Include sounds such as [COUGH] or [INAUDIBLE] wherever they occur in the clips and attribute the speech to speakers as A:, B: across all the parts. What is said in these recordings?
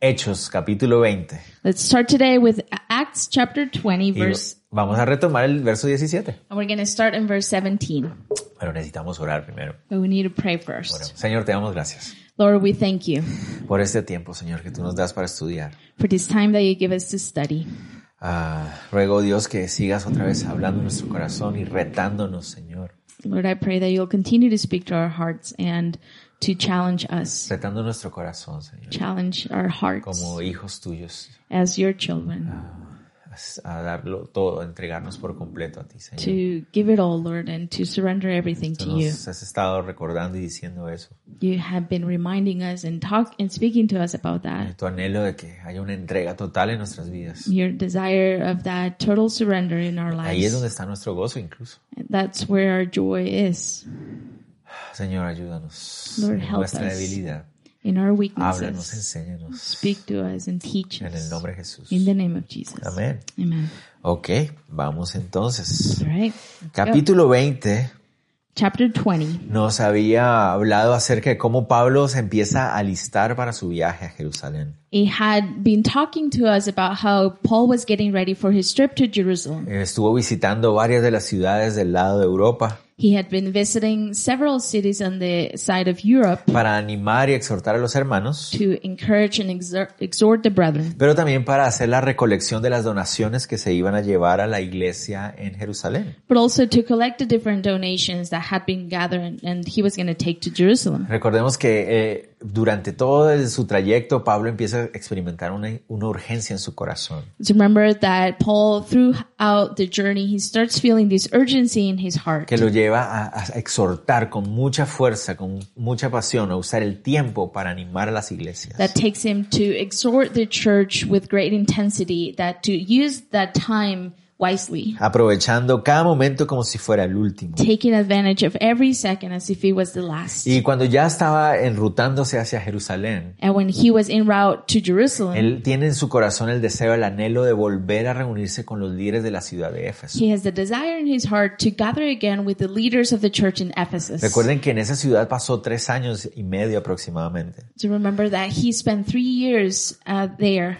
A: Hechos, capítulo 20.
B: Let's start today with Acts chapter 20,
A: Y
B: verse,
A: vamos a retomar el verso 17.
B: and we're going to start in verse 17.
A: Pero necesitamos orar primero.
B: But we need to pray first.
A: Oremos. Señor, te damos gracias
B: Lord, we thank you
A: por este tiempo, Señor, que tú nos das para estudiar.
B: for this time that you give us to study.
A: Ah, ruego, Dios, que sigas otra vez hablando en nuestro corazón y retándonos, Señor.
B: Lord, I pray that you'll continue to speak to our hearts and to challenge us,
A: Retando nuestro corazón, Señor.
B: challenge our hearts
A: Como hijos tuyos,
B: as your children
A: a- a darlo todo, a entregarnos por completo a ti, Señor.
B: to give it all, Lord, and to surrender everything to
A: Tú
B: you.
A: nos has estado recordando y diciendo eso.
B: You have been reminding us and talk and speaking to us about that.
A: Tu anhelo de que haya una entrega total en nuestras vidas.
B: Your desire of that total surrender in our
A: Ahí es
B: lives.
A: donde está nuestro gozo incluso.
B: That's where our joy is
A: Señor, ayúdanos
B: Lord,
A: en
B: help
A: nuestra
B: us.
A: debilidad.
B: in our
A: Háblanos,
B: weaknesses.
A: enséñanos.
B: Speak to us and teach
A: En el
B: us
A: nombre de Jesús.
B: in the name of Jesus.
A: Amén.
B: Amen.
A: Ok, vamos entonces.
B: All right.
A: Capítulo 20
B: Chapter 20.
A: nos había hablado acerca de cómo Pablo se empieza a alistar para su viaje a Jerusalén.
B: He had been talking to us about how Paul was getting ready for his trip to Jerusalem.
A: Eh, Estuvo visitando varias de las ciudades del lado de Europa
B: He had been visiting several cities on the side of Europe
A: para animar y exhortar a los hermanos,
B: to encourage and exhort, exhort the brethren,
A: pero también para hacer la recolección de las donaciones que se iban a llevar a la iglesia en Jerusalén.
B: but also to collect the different donations that had been gathered and he was going to take to Jerusalem.
A: Recordemos que eh, durante todo el- su trayecto Pablo empieza a experimentar una, una urgencia en su corazón.
B: So remember that Paul, throughout the journey, he starts feeling this urgency in his heart
A: que lo lleva a, a exhortar con mucha fuerza, con mucha pasión, a usar el tiempo para animar a las iglesias.
B: that takes him to exhort the church with great intensity, that to use that time wisely,
A: aprovechando cada momento como si fuera el último.
B: taking advantage of every second as if it was the last.
A: Y cuando ya estaba enrutándose hacia Jerusalén,
B: And when he was en route to Jerusalem,
A: él tiene en su corazón el deseo, el anhelo de volver a reunirse con los líderes de la ciudad de Éfeso.
B: he has the desire in his heart to gather again with the leaders of the church in Ephesus.
A: Recuerden que en esa ciudad pasó tres años y medio aproximadamente.
B: To remember that he spent three years uh, there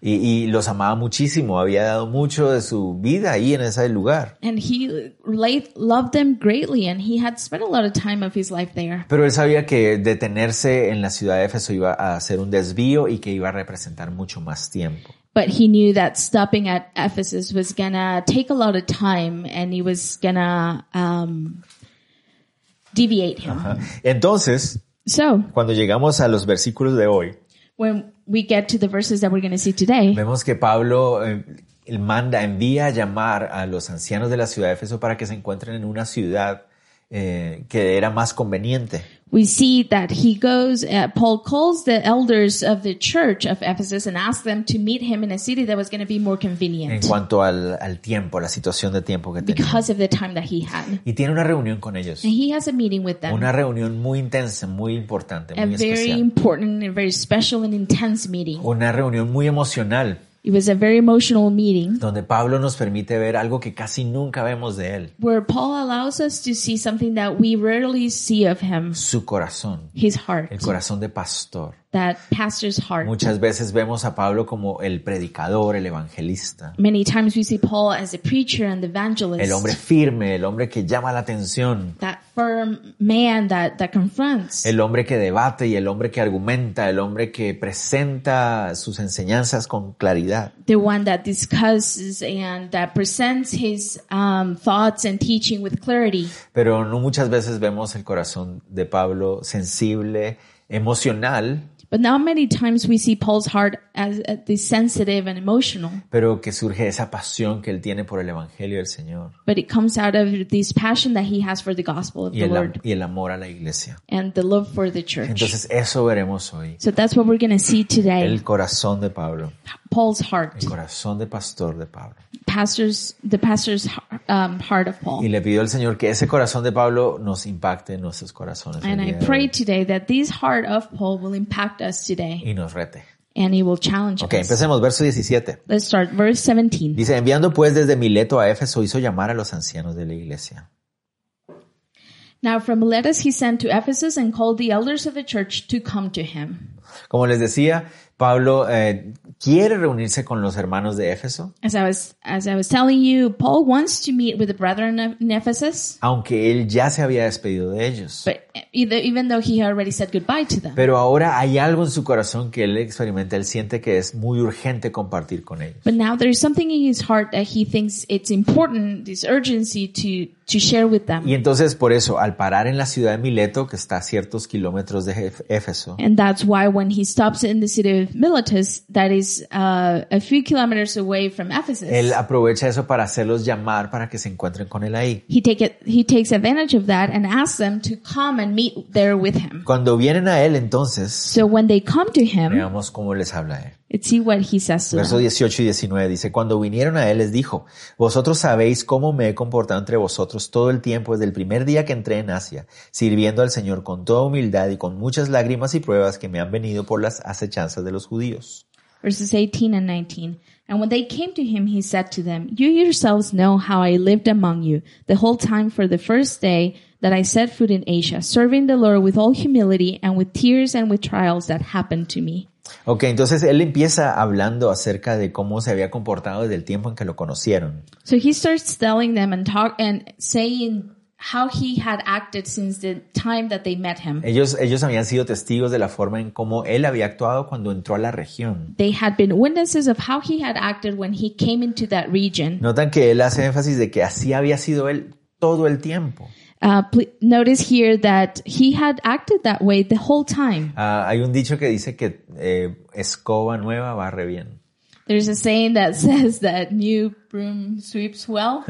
A: Y, y los amaba muchísimo, había dado mucho de su vida ahí en ese lugar.
B: and he late, loved them greatly and he had spent a lot of time of his life there.
A: Pero él sabía que detenerse en la ciudad de Éfeso iba a hacer un desvío y que iba a representar mucho más tiempo.
B: But he knew that stopping at Ephesus was gonna take a lot of time and he was gonna um, deviate him.
A: Uh-huh. Entonces,
B: So
A: cuando llegamos a los versículos de hoy,
B: when we get to the verses that we're gonna see today,
A: vemos que Pablo eh, él manda, envía a llamar a los ancianos de la ciudad de Éfeso para que se encuentren en una ciudad eh, que era más conveniente.
B: we see that he goes, uh, Paul calls the elders of the church of Ephesus and asks them to meet him in a city that was gonna be more
A: en
B: convenient
A: cuanto al, al tiempo, a la situación de tiempo que tenía.
B: because of the time that he had.
A: Y tiene una reunión con ellos.
B: And he has a meeting with them.
A: Una reunión muy intensa, muy importante,
B: a
A: muy
B: very
A: especial.
B: important and very special and intense meeting.
A: Una reunión muy emocional,
B: It was a very emotional meeting
A: donde Pablo nos permite ver algo que casi nunca vemos de él,
B: where Paul allows us to see something that we rarely see of him,
A: su corazón,
B: his heart,
A: el corazón de pastor.
B: that pastor's heart.
A: Muchas veces vemos a Pablo como el predicador, el evangelista,
B: Many times we see Paul as a preacher and evangelist,
A: el hombre firme, el hombre que llama la atención,
B: that firm man that, that confronts,
A: el hombre que debate y el hombre que argumenta, el hombre que presenta sus enseñanzas con claridad.
B: the one that discusses and that presents his um, thoughts and teaching with clarity.
A: Pero no muchas veces vemos el corazón de Pablo sensible, emocional,
B: But not many times we see Paul's heart as, as this sensitive and emotional,
A: pero que surge esa pasión que él tiene por el evangelio del Señor.
B: but it comes out of this passion that he has for the gospel of
A: y
B: the
A: el, am-
B: Lord
A: y el amor a la iglesia.
B: and the love for the church.
A: Entonces eso veremos hoy.
B: So that's what we're going to see today.
A: El corazón de Pablo,
B: Paul's heart,
A: el corazón de pastor de Pablo.
B: pastor's, the pastor's um, heart of
A: Y
B: Paul.
A: le pido al Señor que ese corazón de Pablo nos impacte en nuestros corazones el
B: And I
A: día de
B: pray
A: hoy
B: today that this heart of Paul will impact us today
A: y nos rete.
B: and it will challenge
A: Ok,
B: us.
A: empecemos, verso 17.
B: Let's start verse 17.
A: Dice, enviando pues desde Mileto a Éfeso, hizo llamar a los ancianos de la iglesia.
B: Now from Miletus he sent to Ephesus and called the elders of the church to come to him.
A: Como les decía, Pablo eh, quiere reunirse con los hermanos de Éfeso,
B: As I was as I was telling you, Paul wants to meet with the brethren of- in Ephesus,
A: aunque él ya se había despedido de ellos.
B: but either, even though he already said goodbye to them,
A: Pero ahora hay algo en su corazón que él experimenta, él siente que es muy urgente compartir con ellos.
B: but now there's something in his heart that he thinks it's important, this urgency to to share with them,
A: Y entonces por eso, al parar en la ciudad de Mileto, que está a ciertos kilómetros de Ef- Éfeso,
B: and that's why when he stops in the city of Miletus, that is uh, a few kilometers away from Ephesus,
A: él aprovecha eso para hacerlos llamar para que se encuentren con él ahí.
B: he take it, he takes advantage of that and asks them to come and meet there with him.
A: Cuando vienen a él, entonces,
B: So when they come to him,
A: veamos cómo les habla él.
B: let's see what he says to them.
A: Versos 18 y 19 dice, cuando vinieron a él les dijo, vosotros sabéis cómo me he comportado entre vosotros todo el tiempo desde el primer día que entré en Asia, sirviendo al Señor con toda humildad y con muchas lágrimas y pruebas que me han venido por las acechanzas de los judíos.
B: verses 18 and 19. And when they came to him, he said to them, You yourselves know how I lived among you the whole time for the first day that I set foot in Asia, serving the Lord with all humility and with tears and with trials that happened to me.
A: Ok, entonces él empieza hablando acerca de cómo se había comportado desde el tiempo en que lo conocieron.
B: So he starts telling them and talk and saying how he had acted since the time that they met him.
A: Ellos, ellos habían sido testigos de la forma en cómo él había actuado cuando entró a la región.
B: They had been witnesses of how he had acted when he came into that region.
A: Notan que él hace énfasis de que así había sido él todo el tiempo.
B: Uh, pl- notice here that he had acted that way the whole time.
A: Ah, hay un dicho que dice que eh, escoba nueva barre bien. [LAUGHS]
B: There's a saying that [LAUGHS] says that new broom sweeps well.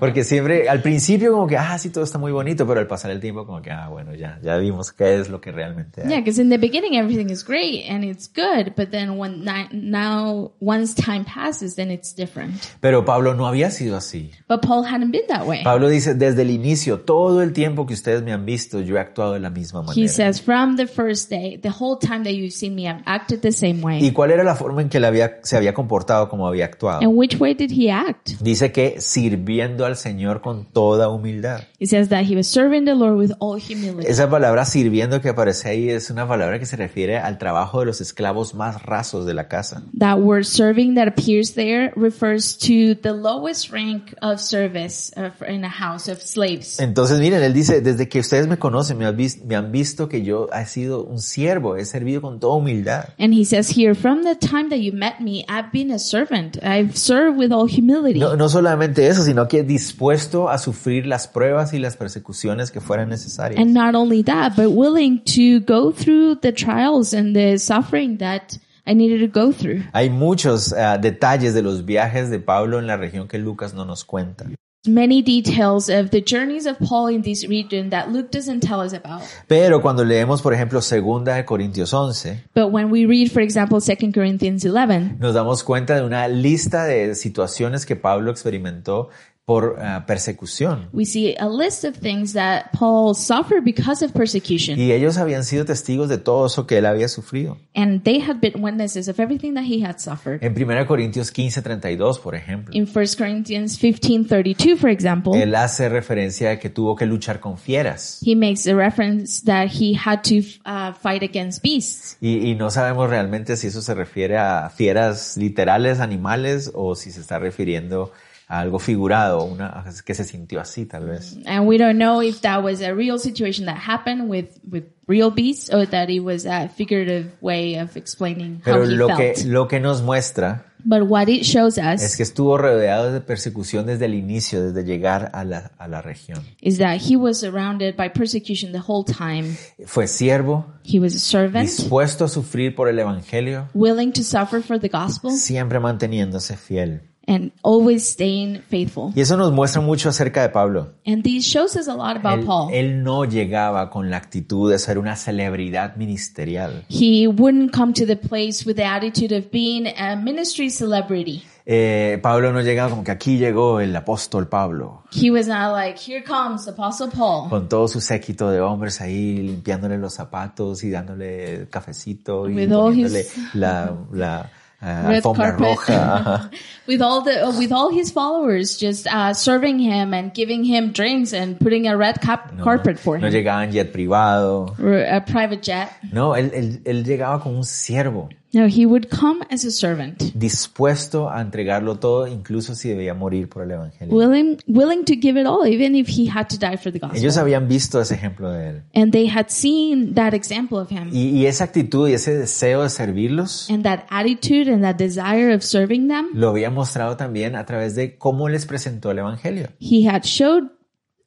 A: Porque siempre, al principio como que, ah, sí, todo está muy bonito, pero al pasar el tiempo como que, ah, bueno, ya, ya vimos qué es lo que realmente hay.
B: yeah, because in the beginning everything is great and it's good, but then when ni- now once time passes, then it's different.
A: Pero Pablo no había sido así.
B: But Paul hadn't been that way.
A: Pablo dice, desde el inicio, todo el tiempo que ustedes me han visto, yo he actuado de la misma
B: He
A: manera.
B: says, from the first day, the whole time that you've seen me, I've acted the same way.
A: ¿Y cuál era la forma en que él había, se había comportado como había actuado?
B: And which way did he act?
A: Dice que sirviendo al Señor con toda humildad.
B: He says that he was serving the Lord with all humility.
A: Esa palabra sirviendo que aparece ahí es una palabra que se refiere al trabajo de los esclavos más rasos de la casa.
B: That word serving that appears there refers to the lowest rank of service of, in a house of slaves.
A: Entonces, miren, él dice, desde que ustedes me conocen, me, has vis- me han visto que yo he sido un siervo, he servido con toda humildad.
B: And he says here, from the time that you met me, I've been a servant. I've served with all humility.
A: No, no solamente eso, sino que dispuesto a sufrir las pruebas y las persecuciones que fueran necesarias.
B: And not only that, but willing to go through the trials and the suffering that I needed to go through.
A: Hay muchos ah, detalles de los viajes de Pablo en la región que Lucas no nos cuenta.
B: Many details of the journeys of Paul in this region that Luke doesn't tell us about.
A: Pero cuando leemos, por ejemplo, Segunda de Corintios 11,
B: But when we read, for example, 2 Corinthians 11,
A: nos damos cuenta de una lista de situaciones que Pablo experimentó por ah, persecución.
B: we see a list of things that Paul suffered because of persecution.
A: Y ellos habían sido testigos de todo eso que él había sufrido.
B: And they had been witnesses of everything that he had suffered.
A: En 1 Corintios 15, 32, por ejemplo,
B: In 1 Corinthians 15, 32, for example,
A: él hace referencia a que tuvo que luchar con fieras.
B: he makes a reference that he had to uh, fight against beasts.
A: Y, y no sabemos realmente si eso se refiere a fieras literales, animales, o si se está refiriendo a algo figurado, una, que se sintió así tal vez.
B: And we don't know if that was a real situation that happened with, with real beasts or that it was a figurative way of explaining how
A: Pero
B: he
A: lo
B: felt.
A: que, lo que nos muestra
B: but what it shows us
A: es que estuvo rodeado de persecución desde el inicio, desde llegar a la, a la región.
B: is that he was surrounded by persecution the whole time.
A: Fue siervo,
B: He was a servant,
A: dispuesto a sufrir por el Evangelio,
B: willing to suffer for the gospel,
A: siempre manteniéndose fiel.
B: and always staying faithful.
A: Y eso nos muestra mucho acerca de Pablo.
B: And this shows us a lot about
A: Él,
B: Paul.
A: él no llegaba con la actitud de ser una celebridad ministerial.
B: he wouldn't come to the place with the attitude of being a ministry celebrity.
A: Eh, Pablo no llegaba como que aquí llegó el apóstol Pablo,
B: He was not like, here comes Apostle Paul
A: con todo su séquito de hombres ahí limpiándole los zapatos y dándole cafecito y
B: With all
A: poniéndole
B: his-
A: la, la, ah,
B: Red
A: alfombra
B: carpet.
A: roja, ajá.
B: [LAUGHS] with all the uh, with all his followers just uh, serving him and giving him drinks and putting a red cap- carpet for
A: no
B: him,
A: llegaba en jet privado.
B: or a private jet.
A: No, él, él, él llegaba con un siervo,
B: No, he would come as a servant,
A: dispuesto a entregarlo todo, incluso si debía morir por el Evangelio.
B: willing willing to give it all, even if he had to die for the gospel.
A: Ellos habían visto ese ejemplo de él.
B: and they had seen that example of him,
A: Y, y esa actitud y ese deseo de servirlos
B: and that attitude and that desire of serving them.
A: lo había mostrado también a través de cómo les presentó el Evangelio.
B: He had showed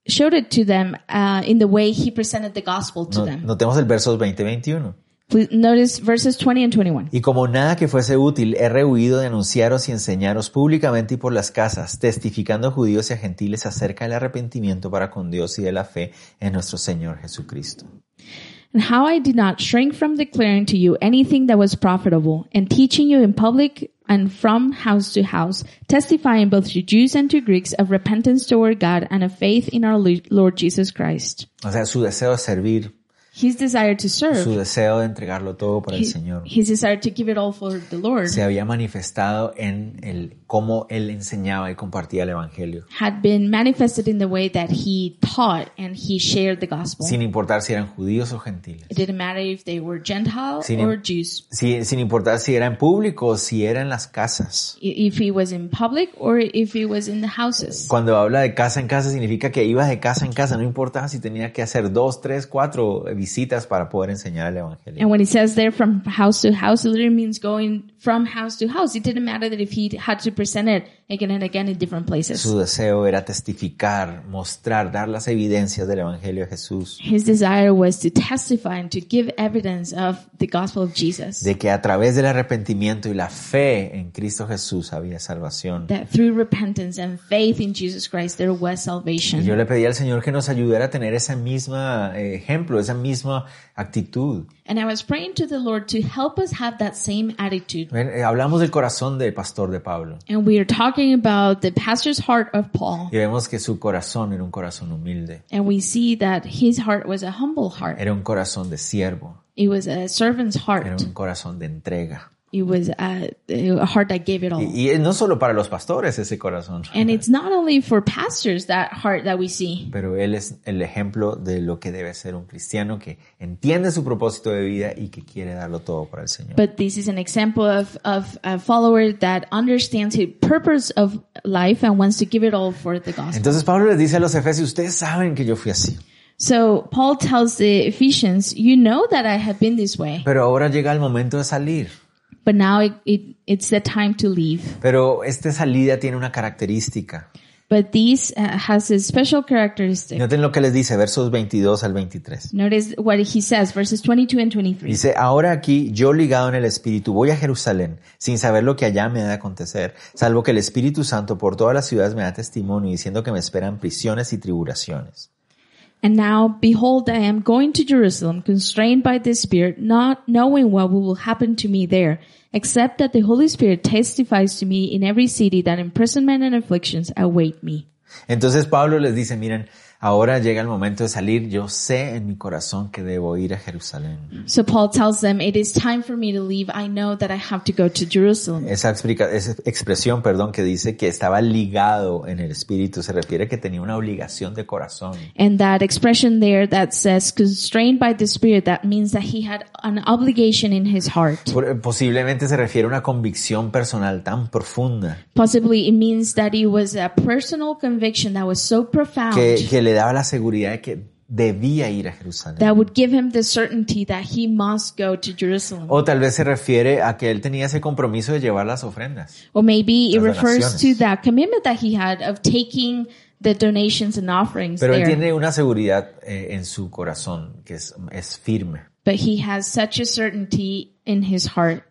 B: showed it to them uh, in the way he presented the gospel to
A: No-
B: them.
A: notemos el verso 20-21.
B: Please notice verses twenty and twenty one.
A: Y como nada que fuese útil, he rehuido de anunciaros y enseñaros públicamente y por las casas, testificando a judíos y a gentiles acerca del arrepentimiento para con Dios y de la fe en nuestro Señor Jesucristo.
B: And how I did not shrink from declaring to you anything that was profitable, and teaching you in public and from house to house, testifying both to Jews and to Greeks of repentance toward God and of faith in our Lo- Lord Jesus Christ.
A: O sea, su deseo de servir,
B: His desire
A: su
B: to serve,
A: deseo de entregarlo todo para el
B: his,
A: Señor,
B: his desire to give it all for the Lord,
A: se había manifestado en el cómo él enseñaba y compartía el Evangelio,
B: had been manifested in the way that he taught and he shared the gospel.
A: sin importar si eran judíos o gentiles,
B: it didn't matter if they were Gentile
A: Sin-
B: or Jews,
A: si- sin importar si era en público o si era en las casas.
B: i- if he was in public or if he was in the houses.
A: Cuando habla de casa en casa significa que ibas de casa en casa, no importaba si tenía que hacer dos, tres, cuatro visitas para poder enseñar el evangelio.
B: And when he says there from house to house, it literally means going from house to house. It didn't matter that if he had to present it again and again in different places.
A: Su deseo era testificar, mostrar, dar las evidencias del evangelio de Jesús,
B: His desire was to testify and to give evidence of the gospel of Jesus.
A: de que a través del arrepentimiento y la fe en Cristo Jesús había salvación.
B: That through repentance and faith in Jesus Christ, there
A: Y
B: was
A: yo
B: salvation.
A: le pedí al Señor que nos ayudara a tener ese mismo ejemplo, esa misma actitud.
B: And I was praying to the Lord to help us have that same attitude.
A: Ven, eh, Hablamos del corazón del pastor de Pablo
B: And we are talking about the pastor's heart of Paul.
A: y vemos que su corazón era un corazón humilde,
B: And we see that his heart was a humble heart.
A: era un corazón de siervo,
B: It was a servant's
A: era
B: heart.
A: un corazón de entrega.
B: It was a, a heart that gave it all.
A: Y, y no solo para los pastores ese corazón,
B: And it's not only for pastors that heart that we see,
A: pero él es el ejemplo de lo que debe ser un cristiano que entiende su propósito de vida y que quiere darlo todo para el Señor.
B: but this is an example of, of a follower that understands his purpose of life and wants to give it all for the gospel.
A: Entonces Pablo les dice a los efesios, ustedes saben que yo fui así,
B: So Paul tells the Ephesians, you know that I have been this way,
A: pero ahora llega el momento de salir.
B: but now it, it, it's the time to leave.
A: Pero esta salida tiene una característica.
B: But this uh, has a special characteristic.
A: Noten lo que les dice, versos 22 al 23.
B: Notice what he says, verses 22 and 23.
A: Dice, ahora aquí, yo ligado en el Espíritu, voy a Jerusalén, sin saber lo que allá me ha de acontecer, salvo que el Espíritu Santo por todas las ciudades me da testimonio, diciendo que me esperan prisiones y tribulaciones.
B: And now, behold, I am going to Jerusalem, constrained by this Spirit, not knowing what will happen to me there, except that the Holy Spirit testifies to me in every city that imprisonment and afflictions await me.
A: Entonces Pablo les dice, miren, ahora llega el momento de salir, yo sé en mi corazón que debo ir a Jerusalén.
B: So Paul tells them, it is time for me to leave. I know that I have to go to Jerusalem.
A: Esa, explica- esa expresión, perdón, que dice que estaba ligado en el Espíritu, se refiere a que tenía una obligación de corazón.
B: And that expression there that says constrained by the Spirit, that means that he had an obligation in his heart.
A: Por- Posiblemente se refiere a una convicción personal tan profunda
B: Possibly it means that it was a personal conviction that was so profound.
A: que, que le daba la seguridad de que debía ir a Jerusalén.
B: that would give him the certainty that he must go to Jerusalem.
A: O tal vez se refiere a que él tenía ese compromiso de llevar las ofrendas.
B: Or maybe it
A: Las
B: refers
A: donaciones.
B: to that commitment that he had of taking the donations and offerings
A: Pero él
B: there.
A: tiene una seguridad eh, en su corazón que es, es firme.
B: But he has such a certainty in his heart.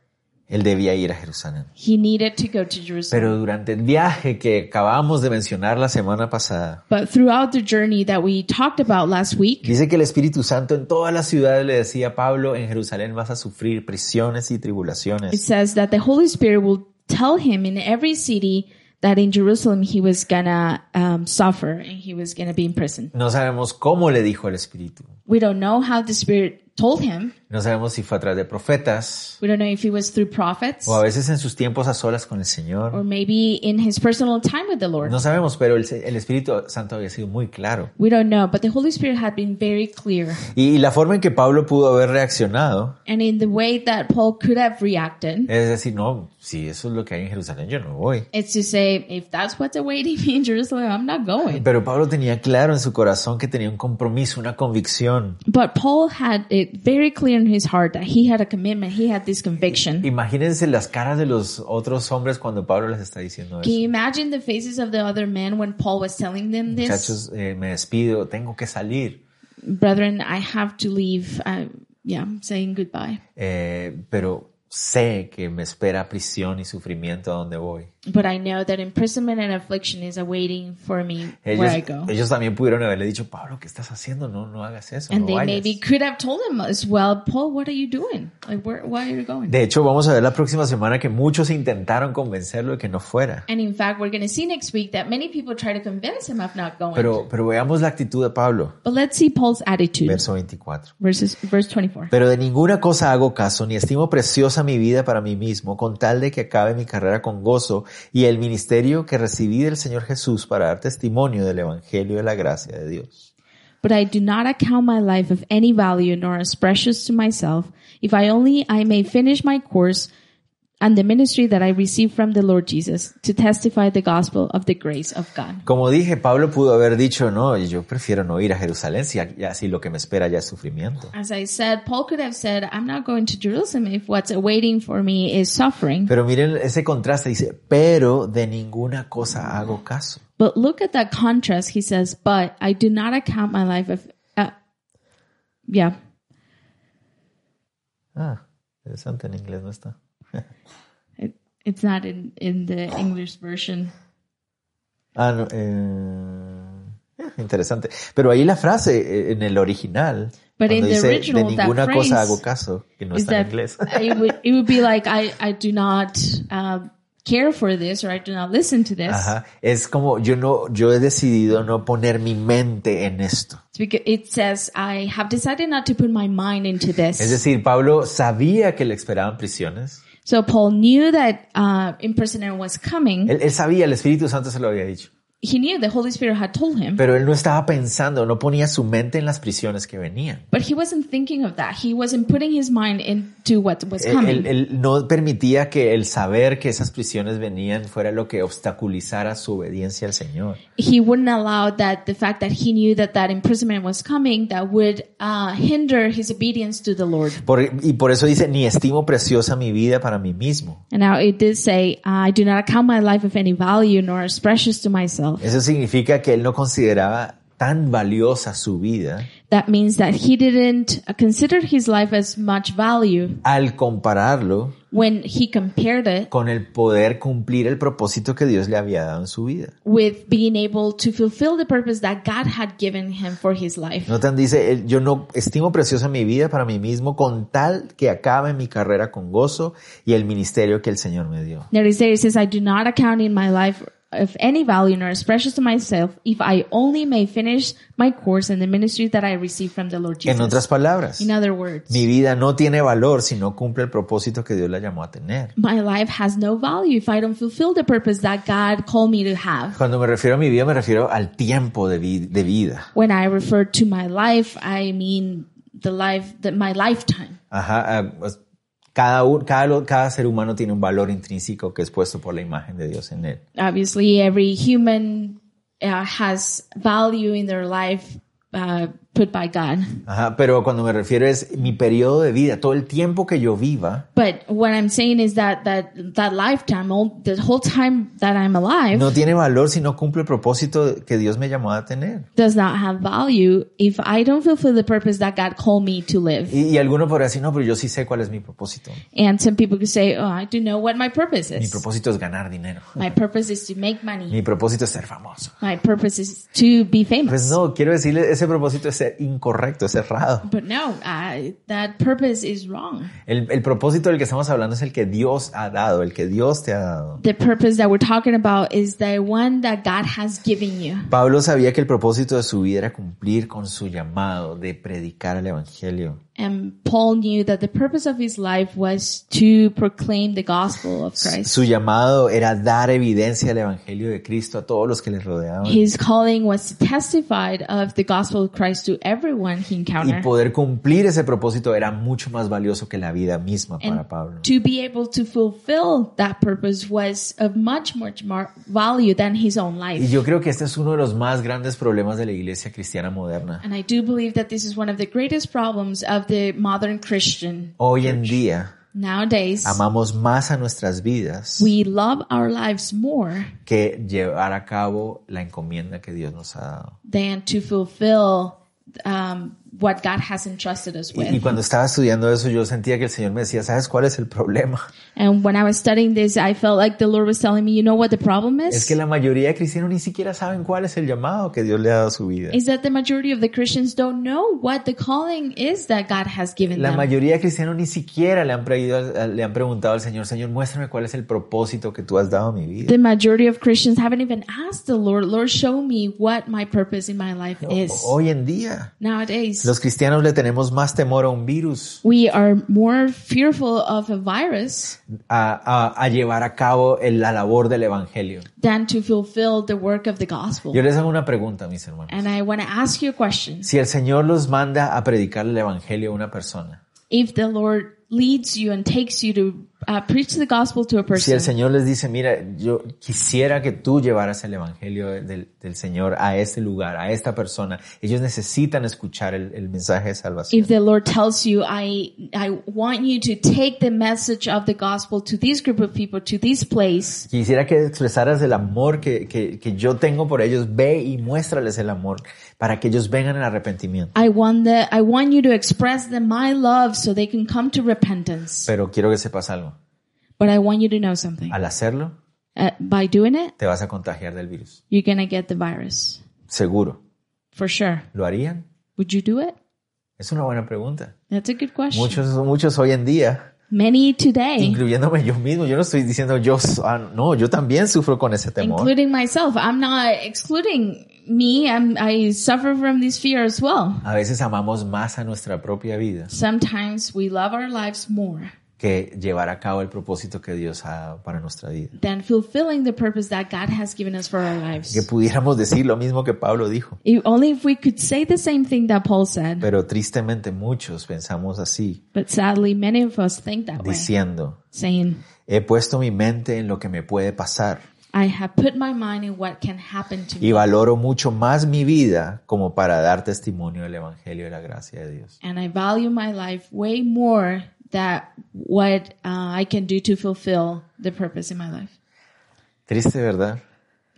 A: Él debía ir a Jerusalén.
B: He needed to go to Jerusalem.
A: Pero durante el viaje que acabamos de mencionar la semana pasada,
B: but throughout the journey that we talked about last week,
A: dice que el Espíritu Santo en todas las ciudades le decía a Pablo, en Jerusalén vas a sufrir prisiones y
B: it
A: tribulaciones.
B: says that the Holy Spirit will tell him in every city that in Jerusalem he was gonna um, suffer and he was gonna be in prison.
A: No sabemos cómo le dijo el Espíritu.
B: We don't know how the Spirit told him.
A: No sabemos si fue a través de profetas
B: We don't know if it was through prophets
A: o a veces en sus tiempos a solas con el Señor.
B: or maybe in his personal time with the Lord.
A: No sabemos, pero el, el Espíritu Santo había sido muy claro.
B: We don't know, but the Holy Spirit had been very clear.
A: Y, y la forma en que Pablo pudo haber reaccionado
B: And in the way that Paul could have reacted,
A: es decir, no, si eso es lo que hay en Jerusalén, yo no voy.
B: it's to say, if that's what's awaiting me in Jerusalem, I'm not going.
A: Pero Pablo tenía claro en su corazón que tenía un compromiso, una convicción.
B: But Paul had it very clear in his heart that he had a commitment, he had this conviction.
A: Imagínense las caras de los otros hombres cuando Pablo les está diciendo
B: Can
A: eso.
B: you imagine the faces of the other men when Paul was telling them this?
A: Muchachos, eh, me despido, tengo que salir.
B: Brethren, I have to leave. I, yeah, I'm saying goodbye.
A: Eh, pero sé que me espera prisión y sufrimiento a donde voy.
B: But I know that imprisonment and affliction is awaiting for me where
A: Ellos,
B: I go.
A: ellos también pudieron haberle dicho, Pablo, ¿qué estás haciendo? No, no hagas eso.
B: And
A: no
B: they
A: vayas".
B: maybe could have told him as well, Paul, what are you doing? Like, where, why are you going?
A: De hecho, vamos a ver la próxima semana que muchos intentaron convencerlo de que no fuera.
B: and in fact, we're going to see next week that many people try to convince him of not going.
A: Pero, pero veamos la actitud de Pablo,
B: but let's see Paul's attitude.
A: verso 24.
B: Verses, verse 24.
A: Pero de ninguna cosa hago caso, ni estimo preciosa mi vida para mí mismo, con tal de que acabe mi carrera con gozo y el ministerio que recibí del Señor Jesús para dar testimonio del Evangelio de la gracia de Dios.
B: But I do not account my life of any value nor as precious to myself, if I only I may finish my course and the ministry that I received from the Lord Jesus to testify the gospel of the grace of God.
A: Como dije, Pablo pudo haber dicho, no, yo prefiero no ir a Jerusalén si, ya- si lo que me espera ya es sufrimiento.
B: As I said, Paul could have said, I'm not going to Jerusalem if what's awaiting for me is suffering.
A: Pero miren ese contraste, dice, pero de ninguna cosa hago caso.
B: But look at that contrast. He says, but I do not account my life of, uh, yeah.
A: Ah, interesante, en inglés no está.
B: It, it's not in, in the English version.
A: Ah, no, eh, interesante. Pero ahí la frase eh, en el original,
B: But
A: cuando
B: in the
A: dice,
B: original,
A: de
B: that
A: ninguna
B: phrase
A: cosa hago caso, que no
B: is
A: está en
B: that
A: inglés.
B: [LAUGHS] it would it would be like I I do not uh, care for this or I do not listen to this.
A: Ajá. Es como yo no, yo he decidido no poner mi mente en esto.
B: It's because it says I have decided not to put my mind into this.
A: Es decir, Pablo sabía que le esperaban prisiones.
B: so Paul knew that uh, impersonator was coming.
A: Él, él sabía, el Espíritu Santo se lo había dicho.
B: he knew the Holy Spirit had told him,
A: Pero él no estaba pensando, no ponía su mente en las prisiones que venían.
B: but he wasn't thinking of that. He wasn't putting his mind into what was
A: Él,
B: coming.
A: él- él no permitía que el saber que esas prisiones venían fuera lo que obstaculizara su obediencia al Señor.
B: he wouldn't allow that the fact that he knew that that imprisonment was coming that would uh, hinder his obedience to the Lord.
A: Por- y por eso dice, ni estimo preciosa mi vida para mí mismo.
B: And now it did say, I do not account my life of any value nor as precious to myself.
A: Eso significa que él no consideraba tan valiosa su vida
B: That means that he didn't consider his life as much value
A: al compararlo
B: when he compared it
A: con el poder cumplir el propósito que Dios le había dado en su vida.
B: with being able to fulfill the purpose that God had given him for his life.
A: Notan, dice, él, yo no estimo preciosa mi vida para mí mismo con tal que acabe mi carrera con gozo y el ministerio que el Señor me dio.
B: Notice there it says, I do not account in my life of any value nor as precious to myself if I only may finish my course in the ministry that I received from the Lord
A: En
B: Jesus.
A: otras palabras,
B: In other words,
A: mi vida no tiene valor si no cumple el propósito que Dios la llamó a tener.
B: my life has no value if I don't fulfill the purpose that God called me to have.
A: Cuando me refiero a mi vida, me refiero al tiempo de, vi- de vida.
B: when I refer to my life, I mean the life that my lifetime.
A: Ajá, ah, pues, cada, un- cada, lo- cada ser humano tiene un valor intrínseco que es puesto por la imagen de Dios en él.
B: Obviously, every human uh, has value in their life uh, put by God.
A: Ajá, pero cuando me refiero es mi periodo de vida, todo el tiempo que yo viva,
B: But what I'm saying is that that that lifetime, all the whole time that I'm alive,
A: no tiene valor si no cumple el propósito que Dios me llamó a tener.
B: does not have value if I don't fulfill the purpose that God called me to live.
A: Y, y alguno podrá decir, no, pero yo sí sé cuál es mi propósito.
B: And some people could say, "Oh, I do know what my purpose
A: Mi
B: is.
A: propósito es ganar dinero.
B: My purpose is to make money.
A: Mi propósito es ser famoso.
B: My purpose is to be famous."
A: Pues no, quiero decirle, ese propósito es ser incorrecto, es errado.
B: But no, uh, that purpose is wrong.
A: El, el propósito del que estamos hablando es el que Dios ha dado, el que Dios te ha dado.
B: The purpose that we're talking about is the one that God has given you.
A: Pablo sabía que el propósito de su vida era cumplir con su llamado de predicar el Evangelio.
B: And Paul knew that the purpose of his life was to proclaim the gospel of Christ.
A: Su llamado era dar evidencia del Evangelio de Cristo a todos los que les rodeaban
B: His calling was to testify of the gospel of Christ to everyone he
A: y
B: encountered.
A: poder cumplir ese propósito era mucho más valioso que la vida misma para
B: And
A: Pablo.
B: to be able to fulfill that purpose was of much, much more value than his own
A: Y
B: life.
A: yo creo que este es uno de los más grandes problemas de la iglesia cristiana moderna.
B: And I do believe that this is one of the greatest problems of the modern Christian.
A: Hoy en día
B: Nowadays,
A: amamos más a nuestras vidas
B: we love our lives more
A: que llevar a cabo la encomienda que Dios nos ha dado.
B: than to fulfill um, what God has entrusted us
A: Y, y
B: with.
A: cuando estaba estudiando eso, yo sentía que el Señor me decía, ¿sabes cuál es el problema?
B: And when I was studying this, I felt like the Lord was telling me, you know what the problem is?
A: Es que la mayoría de cristianos ni siquiera saben cuál es el llamado que Dios le ha dado a su vida.
B: is that the majority of the Christians don't know what the calling is that God has given
A: La
B: them.
A: mayoría de cristianos ni siquiera le han, pedido al- al- le han preguntado al Señor, Señor, muéstrame cuál es el propósito que tú has dado a mi vida.
B: the majority of Christians haven't even asked the Lord, Lord, show me what my purpose in my life
A: Oh,
B: is.
A: Hoy en día,
B: Nowadays,
A: los cristianos le tenemos más temor a un virus,
B: we are more fearful of a virus
A: a, a- a llevar a cabo el- la labor del Evangelio.
B: than to fulfill the work of the gospel.
A: Yo les hago una pregunta, mis hermanos.
B: And I want to ask you a question.
A: Si el Señor los manda a predicar el Evangelio a una persona,
B: If the Lord leads you and takes you to uh, preach the gospel to
A: si
B: a
A: el
B: person,
A: Señor les dice, mira, yo quisiera que tú llevaras el Evangelio de- del, del Señor a este lugar, a esta persona, ellos necesitan escuchar el, el mensaje de salvación.
B: if the Lord tells you, I, I want you to take the message of the gospel to this group of people, to this place,
A: Quisiera que expresaras el amor que, que- que yo tengo por ellos. Ve y muéstrales el amor para que ellos vengan al arrepentimiento.
B: I want the, I want you to express them my love so they can come to repentance.
A: Pero quiero que sepas algo.
B: But I want you to know something.
A: Al hacerlo,
B: Uh, by doing it,
A: te vas a contagiar del virus.
B: you're going to get the virus.
A: Seguro.
B: For sure.
A: ¿Lo harían?
B: Would you do it?
A: Es una buena pregunta.
B: That's a good question.
A: Muchos, muchos hoy en día,
B: Many today,
A: incluyéndome yo mismo, yo no estoy diciendo yo, ah, no, yo también sufro con ese temor.
B: including myself, I'm not excluding me. I'm, I suffer from this fear as well.
A: A veces amamos más a nuestra propia vida
B: Sometimes we love our lives more
A: que llevar a cabo el propósito que Dios ha dado para nuestra vida.
B: than fulfilling the purpose that God has given us for our lives.
A: Que pudiéramos decir lo mismo que Pablo dijo.
B: If, only if we could say the same thing that Paul said.
A: Pero tristemente muchos pensamos así,
B: But sadly, many of us think that way,
A: diciendo,
B: saying,
A: he puesto mi mente en lo que me puede pasar
B: I have put my mind in what can happen to me.
A: y valoro mucho más mi vida como para dar testimonio del Evangelio de la gracia de Dios.
B: And I value my life way more than what uh, I can do to fulfill the purpose in my life
A: Triste, ¿verdad?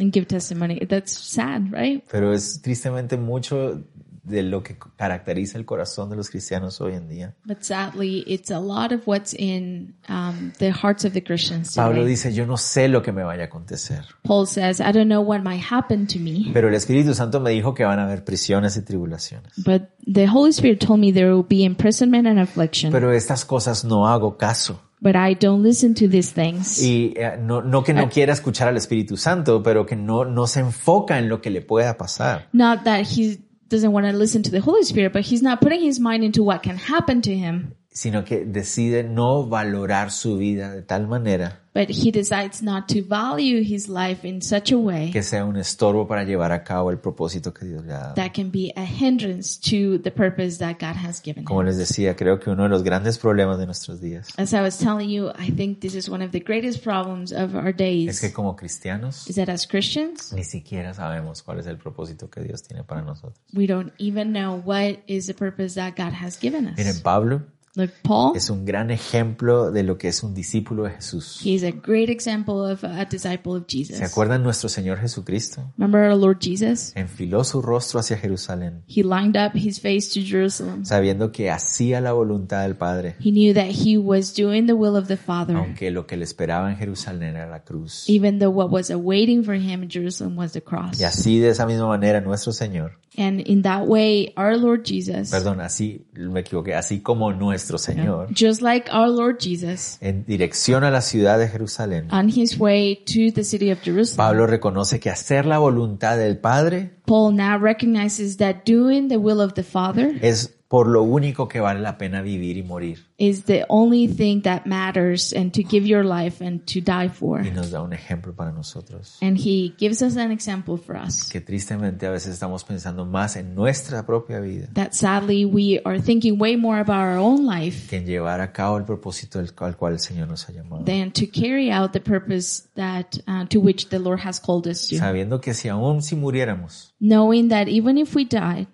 B: and give testimony. That's sad, right?
A: Pero es tristemente mucho de lo que caracteriza el corazón de los cristianos hoy en día.
B: But sadly, it's a lot of what's in um, the hearts of the Christians
A: Pablo
B: today.
A: dice, yo no sé lo que me vaya a acontecer,
B: Paul says, I don't know what might happen to me,
A: pero el Espíritu Santo me dijo que van a haber prisiones y tribulaciones.
B: but the Holy Spirit told me there will be imprisonment and affliction,
A: Pero estas cosas no hago caso.
B: but I don't listen to these things.
A: Y eh, no, no que no quiera escuchar al Espíritu Santo, pero que no, no se enfoca en lo que le pueda pasar.
B: Not that he doesn't want to listen to the Holy Spirit, but he's not putting his mind into what can happen to him,
A: sino que decide no valorar su vida de tal manera
B: but he decides not to value his life in such a way
A: que sea un estorbo para llevar a cabo el propósito que Dios le ha dado.
B: that can be a hindrance to the purpose that God has given him.
A: Como les decía, creo que uno de los grandes problemas de nuestros días
B: As I was telling you, I think this is one of the greatest problems of our
A: es
B: days.
A: que como cristianos
B: Is that as Christians,
A: ni siquiera sabemos cuál es el propósito que Dios tiene para nosotros.
B: we don't even know what is the purpose that God has given
A: Miren,
B: us.
A: Pablo
B: Look, Paul,
A: es un gran ejemplo de lo que es un discípulo de Jesús.
B: he's a great example of a disciple of
A: ¿Se
B: Jesus.
A: acuerdan nuestro Señor Jesucristo?
B: Remember our Lord Jesus?
A: Enfiló su rostro hacia Jerusalén
B: He lined up his face to Jerusalem.
A: sabiendo que hacía la voluntad del Padre,
B: He knew that he was doing the will of the Father,
A: aunque lo que le esperaba en Jerusalén era la cruz.
B: even though what was awaiting for him in Jerusalem was the cross.
A: Y así de esa misma manera nuestro Señor,
B: And in that way, our Lord Jesus,
A: perdón, así me equivoqué, así como nuestro Señor,
B: just like our Lord Jesus,
A: en dirección a la ciudad de
B: Ah.
A: Jerusalén,
B: on his way to the city of Jerusalem,
A: Pablo reconoce que hacer la voluntad del Padre
B: Paul now recognizes that doing the will of the Father
A: Es por lo único que vale la pena vivir y morir.
B: is the only thing that matters and to give your life and to die for.
A: Y nos da un ejemplo para nosotros.
B: And he gives us an example for us
A: Que tristemente a veces estamos pensando más en nuestra propia vida
B: that sadly we are thinking way more about our own life
A: que en llevar a cabo el propósito al al cual el Señor nos ha llamado.
B: than to carry out the purpose that uh, to which the Lord has called us to.
A: Sabiendo que si aún si muriéramos,
B: Knowing that even if we die,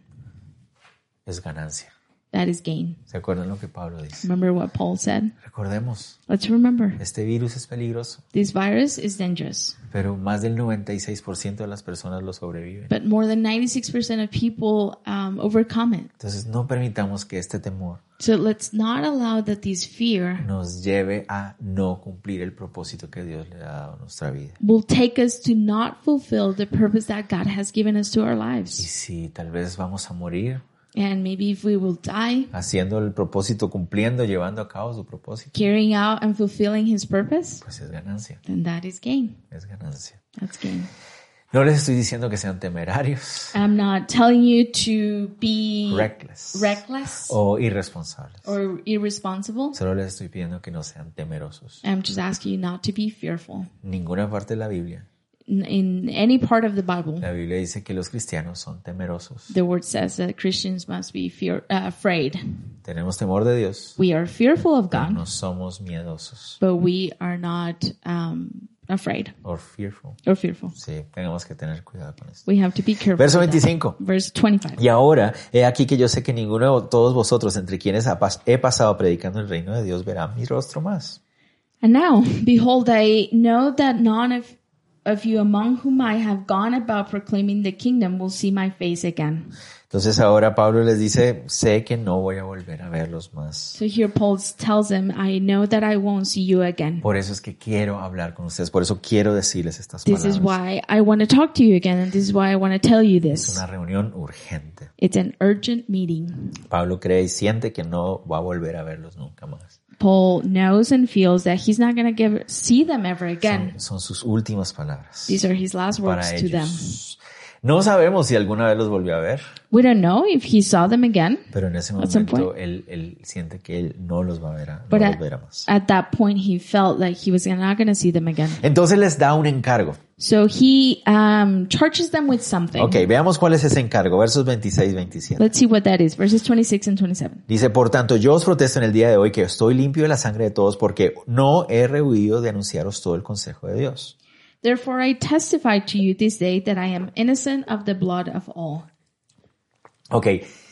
A: es ganancia.
B: that is gain.
A: ¿Se acuerdan lo que Pablo dice?
B: Remember what Paul said.
A: Recordemos,
B: Let's remember
A: este virus es peligroso,
B: this virus is dangerous,
A: pero más del 96% de las personas lo sobreviven.
B: but more than 96% of people um, overcome it.
A: Entonces no permitamos que este temor
B: So let's not allow that this fear
A: nos lleve a no cumplir el propósito que Dios le ha dado a nuestra vida.
B: will take us to not fulfill the purpose that God has given us to our
A: Y
B: lives.
A: si tal vez vamos a morir
B: And maybe if we will die
A: haciendo el propósito, cumpliendo, llevando a cabo su propósito,
B: carrying out and fulfilling his purpose,
A: pues es ganancia,
B: then that is gain.
A: es ganancia.
B: That's gain.
A: No les estoy diciendo que sean temerarios,
B: I'm not telling you to be
A: reckless
B: reckless
A: o irresponsables.
B: or irresponsible.
A: Solo les estoy pidiendo que no sean temerosos.
B: I'm just asking you not to be fearful.
A: Ninguna parte de la Biblia.
B: In, in any part of the Bible,
A: La Biblia dice que los cristianos son temerosos.
B: the word says that Christians must be fear, uh, afraid.
A: Tenemos temor de Dios,
B: We are fearful of
A: pero
B: God,
A: no somos miedosos
B: but we are not um, afraid
A: or fearful.
B: or fearful.
A: Sí, tenemos que tener cuidado con esto.
B: We have to be careful.
A: Verso
B: with that.
A: 25.
B: Verse 25.
A: Y ahora, he aquí que yo sé que ninguno de vo- todos vosotros, entre quienes ha pas- he pasado predicando el reino de Dios, verá mi rostro más.
B: And now, [LAUGHS] behold, I know that none of, of you among whom I have gone about proclaiming the kingdom will see my face again.
A: Entonces ahora Pablo les dice, sé que no voy a volver a verlos más.
B: So here Paul tells them, I know that I won't see you again.
A: Por eso es que quiero hablar con ustedes, por eso quiero decirles estas
B: This is
A: palabras.
B: why I want to talk to you again, and this is why I want to tell you
A: Es
B: this.
A: una reunión urgente.
B: It's an urgent meeting.
A: Pablo cree y siente que no va a volver a verlos nunca más.
B: Paul knows and feels that he's not going to give see them ever again.
A: Son sus últimas palabras
B: These are his last words
A: para
B: to them.
A: ellos. No sabemos si alguna vez los volvió a ver,
B: We don't know if he saw them again.
A: pero en ese
B: some
A: momento él, él siente que él no los va a ver, a, no
B: But
A: los
B: at-
A: verá más.
B: At that point, he felt like he was not going to see them again.
A: Entonces les da un encargo.
B: So he um, charges them with something.
A: Ok, veamos cuál es ese encargo, versos 26 y 27.
B: Let's see what that is. Verses 26 and 27.
A: Dice, por tanto, yo os protesto en el día de hoy que estoy limpio de la sangre de todos porque no he rehuido de anunciaros todo el consejo de Dios.
B: Therefore, I testify to you this day that I am innocent of the blood of all.
A: Ok,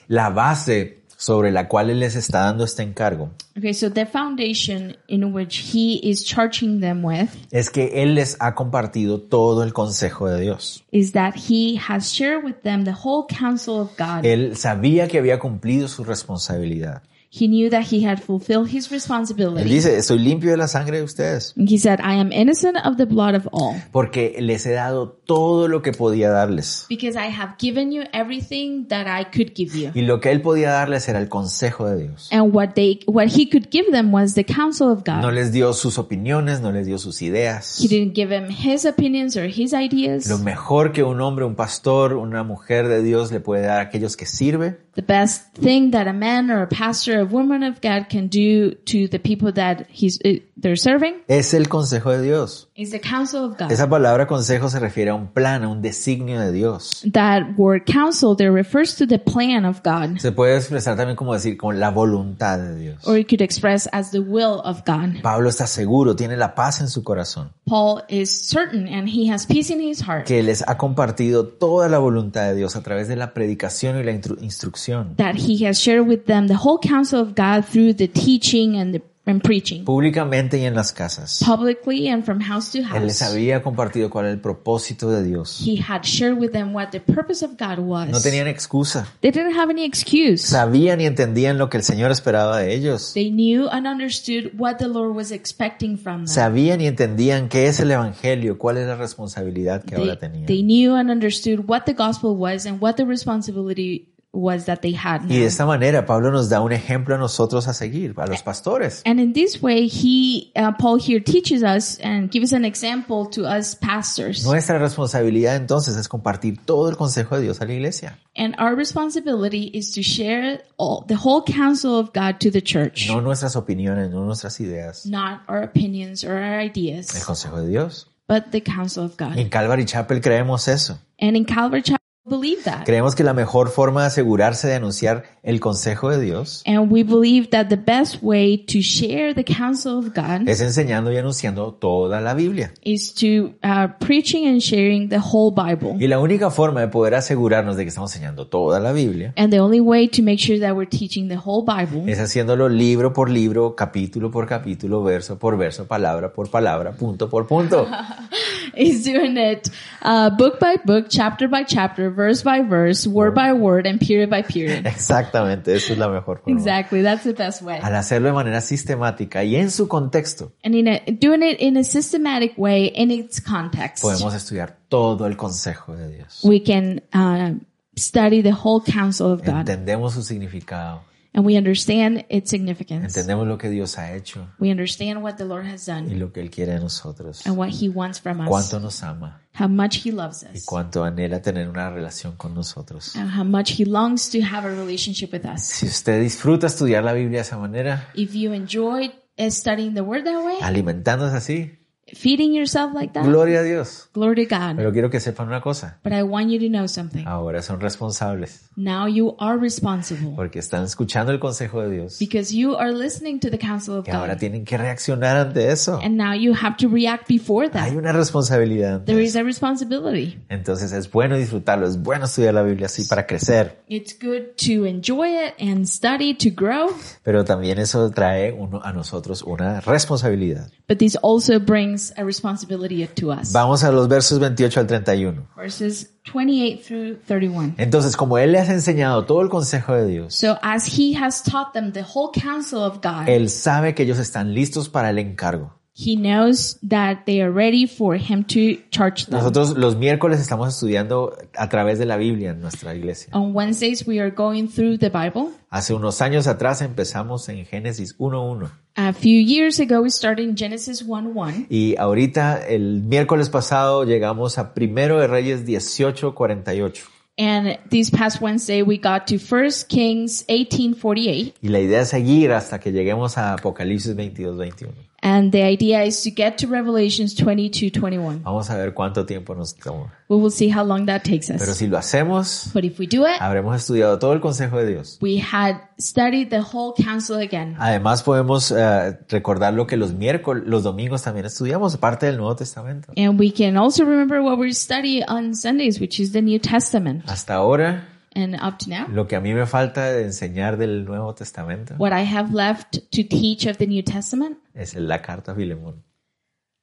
A: la base sobre la cual él les está dando este encargo
B: Okay, so the foundation in which he is charging them with
A: es que Él les ha compartido todo el consejo de Dios.
B: is that he has shared with them the whole counsel of God.
A: Él sabía que había cumplido su responsabilidad.
B: he knew that he had fulfilled his
A: Él
B: responsibility.
A: dice, estoy limpio de la sangre de ustedes,
B: And he said, I am innocent of the blood of all
A: porque les he dado todo lo que podía darles.
B: because I have given you everything that I could give you.
A: Y lo que Él podía darles era el consejo de Dios.
B: And what they, what he could give them was the counsel of God.
A: No les dio sus opiniones, no les dio sus ideas.
B: He didn't give him his opinions or his ideas.
A: Lo mejor que un hombre, un pastor, una mujer de Dios le puede dar a aquellos que sirve
B: The best thing that a man or a pastor, a woman of God can do to the people that he's uh, they're serving
A: es el consejo de Dios.
B: is the counsel of God.
A: Esa palabra consejo se refiere a un plan, a un designio de Dios.
B: That word counsel there refers to the plan of God,
A: Se puede expresar también como decir, con la voluntad de Dios.
B: or it could express as the will of God.
A: Pablo está seguro, tiene la paz en su corazón,
B: Paul is certain, and he has peace in his heart,
A: que les ha compartido toda la voluntad de Dios a través de la predicación y la intru- instrucción
B: that he has shared with them the whole counsel of God through the teaching and the, and preaching,
A: públicamente y en las casas.
B: publicly and from house to
A: Él les
B: house.
A: había compartido cuál era el propósito de Dios.
B: He had shared with them what the purpose of God was.
A: No tenían excusa.
B: They didn't have any excuse.
A: Sabían y entendían lo que el Señor esperaba de ellos.
B: They knew and understood what the Lord was expecting from them.
A: Ah. Sabían y entendían qué es el Evangelio, cuál es la responsabilidad que ahora
B: They,
A: tenían.
B: they knew and understood what the gospel was and what the responsibility was that they had.
A: Y de
B: now.
A: esta manera Pablo nos da un ejemplo a nosotros a seguir, a los pastores.
B: And in this way, he, uh, Paul here teaches us and gives an example to us pastors.
A: Nuestra responsabilidad entonces es compartir todo el consejo de Dios a la iglesia.
B: And our responsibility is to share all, the whole counsel of God to the church,
A: No nuestras opiniones, no nuestras ideas.
B: not our opinions or our
A: El
B: ideas,
A: consejo de Dios.
B: but the counsel of God.
A: En Calvary Chapel creemos eso.
B: And in Calvary Chapel, we believe that.
A: Creemos que la mejor forma de asegurarse de anunciar el consejo de Dios
B: And we believe that the best way to share the counsel of God
A: es enseñando y anunciando toda la Biblia.
B: is to uh, preaching and sharing the whole Bible.
A: Y la única forma de poder asegurarnos de que estamos enseñando toda la Biblia
B: And the only way to make sure that we're teaching the whole Bible
A: es haciéndolo libro por libro, capítulo por capítulo, verso por verso, palabra por palabra, punto por punto.
B: [LAUGHS] is doing it uh, book by book, chapter by chapter, verse by verse, word by word, and period by period.
A: Exactamente, esa es la mejor forma.
B: Exactly, that's the best way.
A: Al hacerlo de manera sistemática y en su contexto,
B: And in a, doing it in a systematic way in its context,
A: podemos estudiar todo el consejo de Dios.
B: we can uh, study the whole counsel of God
A: Entendemos su significado,
B: and we understand its significance.
A: entendemos lo que Dios ha hecho
B: We understand what the Lord has
A: y
B: done
A: lo que Él quiere de nosotros.
B: and what He wants from us,
A: Cuánto nos ama
B: how much He loves
A: y
B: us,
A: cuánto anhela tener una relación con nosotros.
B: and how much He longs to have a relationship with us.
A: Si usted disfruta estudiar la Biblia de esa manera,
B: If you enjoy uh, studying the Word that way,
A: alimentándose así,
B: feeding yourself like that,
A: gloria a Dios.
B: glory Ah. to God.
A: Pero quiero que sepan una cosa.
B: But I want you to know something.
A: Ahora son responsables
B: Now you are responsible
A: porque están escuchando el consejo de Dios y
B: because you are listening to the counsel of
A: ahora
B: God.
A: tienen que reaccionar ante eso.
B: And now you have to react before
A: Hay
B: that.
A: una responsabilidad. ante
B: There
A: eso.
B: is a responsibility.
A: Entonces es bueno disfrutarlo, es bueno estudiar la Biblia así para crecer,
B: It's good to enjoy it and study to grow,
A: pero también eso trae uno- a nosotros una responsabilidad.
B: but this also brings a responsibility to us.
A: Vamos a los versos 28 al 31.
B: Verses 28 through 31.
A: Entonces, como Él les ha enseñado todo el consejo de Dios,
B: So as he has taught them the whole counsel of God,
A: Él sabe que ellos están listos para el encargo.
B: he knows that they are ready for him to charge them.
A: Nosotros los miércoles estamos estudiando a través de la Biblia en nuestra iglesia.
B: On Wednesdays, we are going through the Bible.
A: Hace unos años atrás empezamos en Génesis 1.1
B: A few years ago, we started in Genesis 1 1.
A: y ahorita el miércoles pasado llegamos a Primero de Reyes 18.48
B: And this past Wednesday, we got to 1 Kings 18 48.
A: y la idea es seguir hasta que lleguemos a Apocalipsis 22.21.
B: And the idea is to get to Revelations 22 21.
A: Vamos a ver cuánto tiempo nos toma.
B: We will see how long that takes
A: Pero
B: us.
A: si lo hacemos,
B: But if we do it,
A: habremos estudiado todo el consejo de Dios.
B: we had studied the whole counsel again.
A: Además podemos eh, recordar lo que los miércoles, los domingos también estudiamos, parte del Nuevo Testamento.
B: And we can also remember what we study on Sundays, which is the New Testament.
A: Hasta ahora
B: And up to now,
A: Lo que a mí me falta de enseñar del Nuevo Testamento
B: what I have left to teach of the New Testament
A: es la carta a Filemón,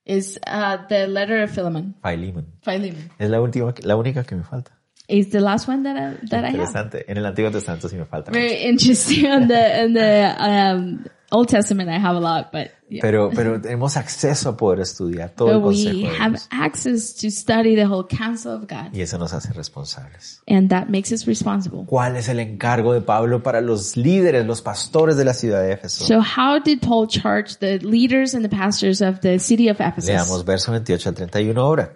B: is uh, the letter of Philemon.
A: Philemon.
B: Philemon
A: Es la última, la única que me falta.
B: is the last one that I, that I have.
A: Interesante. En el Antiguo Testamento sí me falta. mucho.
B: Very interesting [LAUGHS] on the in the um, Old Testament. I have a lot, but yeah.
A: Pero, pero tenemos acceso a poder estudiar todo
B: But
A: el consejo
B: we
A: de
B: have
A: Dios.
B: access to study the whole counsel of God,
A: y eso nos hace responsables.
B: and that makes us responsible.
A: ¿Cuál es el encargo de Pablo para los líderes, los pastores de la ciudad de Éfeso?
B: So, how did Paul charge the leaders and the pastors of the city of Ephesus?
A: Leamos verso 28 al 31 ahora.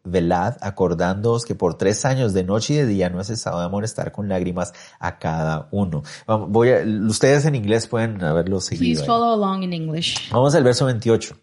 A: velad acordándoos que por tres años de noche y de día no he cesado de amonestar con lágrimas a cada uno. Vamos, Voy a- ustedes en inglés pueden haberlo
B: Please
A: seguido. ahí.
B: follow along in English.
A: Vamos al verso 28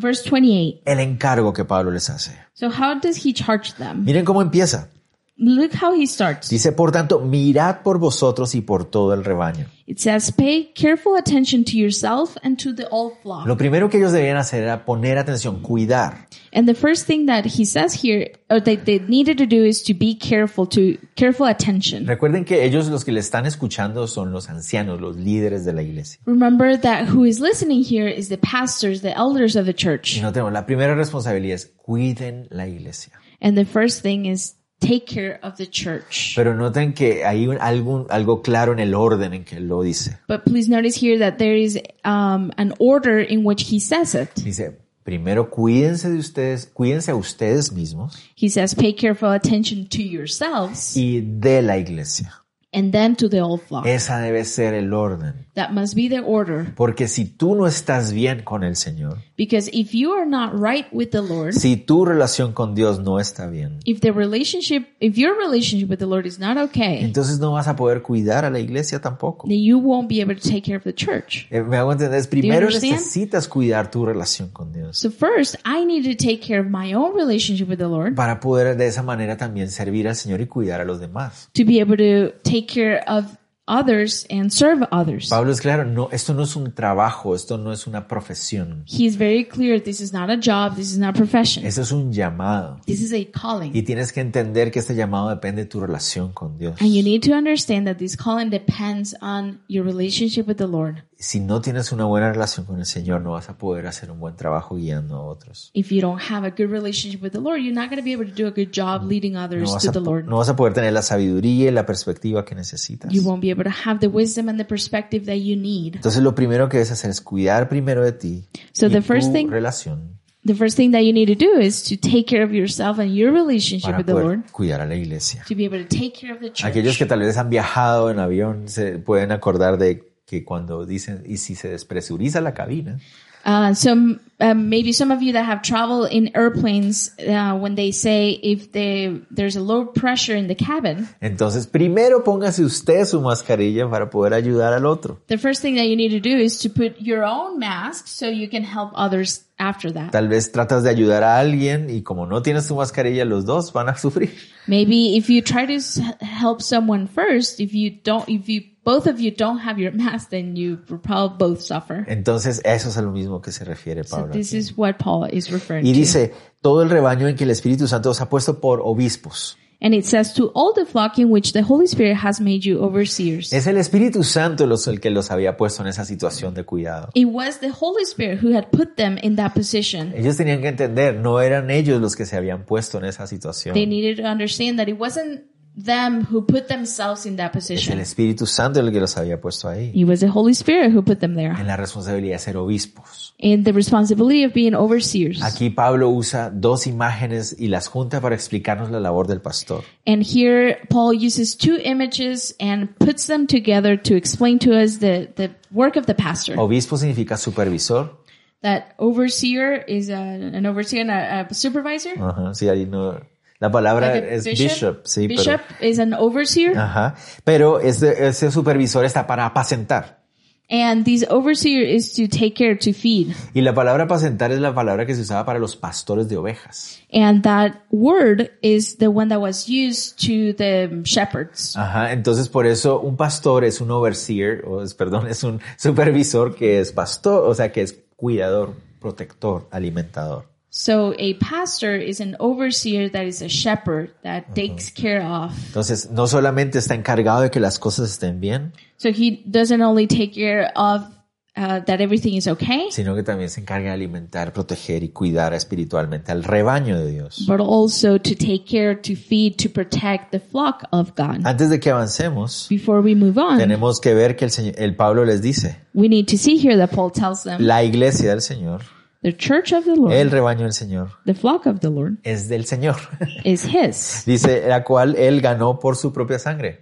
B: Verse 28.
A: el encargo que Pablo les hace.
B: So, how does he charge them?
A: Miren cómo empieza.
B: Look how he starts.
A: Dice, por tanto, mirad por vosotros y por todo el rebaño.
B: It says, pay careful attention to yourself and to the whole flock.
A: Lo primero que ellos debían hacer era poner atención, cuidar.
B: And the first thing that he says here, or that they needed to do is to be careful, to careful attention.
A: Recuerden que ellos los que le están escuchando son los ancianos, los líderes de la iglesia.
B: Remember that who is listening here is the pastors, the elders of the
A: Y
B: church.
A: no tenemos, la primera responsabilidad es cuiden la iglesia.
B: And the first thing is take care of the church.
A: Pero noten que hay un- algún, algo claro en el orden en que lo dice.
B: But please notice here that there is um, an order in which he says it.
A: Dice, primero cuídense de ustedes, cuídense a ustedes mismos
B: He says, pay careful attention to yourselves
A: y de la iglesia.
B: and then to the whole flock.
A: Esa debe ser el orden.
B: That must be the order.
A: Porque si tú no estás bien con el Señor,
B: Because if you are not right with the Lord,
A: si tu relación con Dios no está bien,
B: if the relationship, if your relationship with the Lord is not okay,
A: entonces no vas a poder cuidar a la iglesia tampoco.
B: then you won't be able to take care of the church.
A: Eh, Me hago entender, Es primero
B: understand?
A: necesitas cuidar tu relación con Dios
B: So first, I need to take care of my own relationship with the Lord
A: para poder de esa manera también servir al Señor y cuidar a los demás.
B: to be able to take care of others and serve others.
A: Pablo es claro, no, esto no es un trabajo, esto no es una profesión,
B: He's very clear. This is not a job. This is not a profession.
A: eso es un llamado.
B: This is a calling.
A: Y tienes que entender que este llamado depende de tu relación con Dios.
B: And you need to understand that this calling depends on your relationship with the Lord.
A: Si no tienes una buena relación con el Señor, no vas a poder hacer un buen trabajo guiando a otros.
B: If you don't have a good relationship with the Lord, you're not going to be able to do a good job leading others
A: No vas,
B: to
A: a,
B: the Lord.
A: no vas a poder tener la sabiduría y la perspectiva que necesitas.
B: You won't be able to have the wisdom and the perspective that you need.
A: Entonces lo primero que debes hacer es cuidar primero de ti
B: So
A: y
B: the first
A: tu
B: thing-
A: relación
B: The first thing that you need to do is to take care of yourself and your relationship
A: para
B: with the
A: poder
B: Lord
A: cuidar a la iglesia.
B: to be able to take care of the church.
A: Aquellos que tal vez han viajado en avión se pueden acordar de que cuando dicen, y si se despresuriza la cabina,
B: Uh, so um, maybe some of you that have traveled in airplanes, uh, when they say if they, there's a low pressure in the cabin,
A: entonces primero póngase usted su mascarilla para poder ayudar al otro.
B: the first thing that you need to do is to put your own mask so you can help others after that.
A: Tal vez tratas de ayudar a alguien y como no tienes tu mascarilla, los dos van a [LAUGHS] sufrir.
B: Maybe if you try to s- help someone first, if you don't, if you both of you don't have your [LAUGHS] mask, then you will probably both suffer.
A: Entonces eso es a lo mismo que se refiere
B: So
A: Pablo.
B: this
A: aquí.
B: is what Paul is referring
A: Y
B: to.
A: dice, todo el rebaño en que el Espíritu Santo os ha puesto por obispos.
B: And it says to all the flock in which the Holy Spirit has made you overseers.
A: Es el Espíritu Santo los- el que los había puesto en esa situación de cuidado.
B: It was the Holy Spirit who had put them in that position.
A: Ellos tenían que entender, no eran ellos los que se habían puesto en esa
B: They
A: situación.
B: needed to understand that it wasn't them who put themselves in that
A: Es el
B: position.
A: Espíritu Santo el que los había puesto ahí.
B: It was the Holy Spirit who put them there.
A: En la responsabilidad de ser obispos.
B: And the responsibility of being overseers.
A: Aquí Pablo usa dos imágenes y las junta para explicarnos la labor del pastor.
B: And here Paul uses two images and puts them together to explain to us the, the work of the pastor.
A: Obispo significa supervisor.
B: That overseer is a, an overseer and a, a supervisor.
A: Ajá, sí, ahí no. La palabra
B: Like a
A: es bishop, sí, pero-
B: Bishop is an overseer.
A: Ajá. Pero ese, ese supervisor está para apacentar.
B: And this overseer is to take care to feed.
A: Y la palabra apacentar es la palabra que se usaba para los pastores de ovejas.
B: And that word is the one that was used to the shepherds.
A: Ajá. Entonces, por eso un pastor es un overseer, o es, perdón, [LAUGHS] es un supervisor que es pastor, o sea, que es cuidador, protector, alimentador.
B: So a pastor is an overseer that is a shepherd
A: Mm-hmm.
B: that takes care of.
A: Entonces, no solamente está encargado de que las cosas estén bien,
B: So he doesn't only take care of uh, that everything is okay,
A: sino que también se encarga de alimentar, proteger y cuidar espiritualmente al rebaño de Dios.
B: but also to take care, to feed, to protect the flock of God.
A: Antes de que avancemos,
B: Before we move on,
A: tenemos que ver que el, Señor- el Pablo les dice,
B: we need to see here that Paul tells them
A: la iglesia del Señor,
B: the church of the Lord,
A: el rebaño del Señor,
B: the flock of the Lord,
A: es del Señor. [LAUGHS]
B: is his.
A: Dice, la cual él ganó por su propia sangre.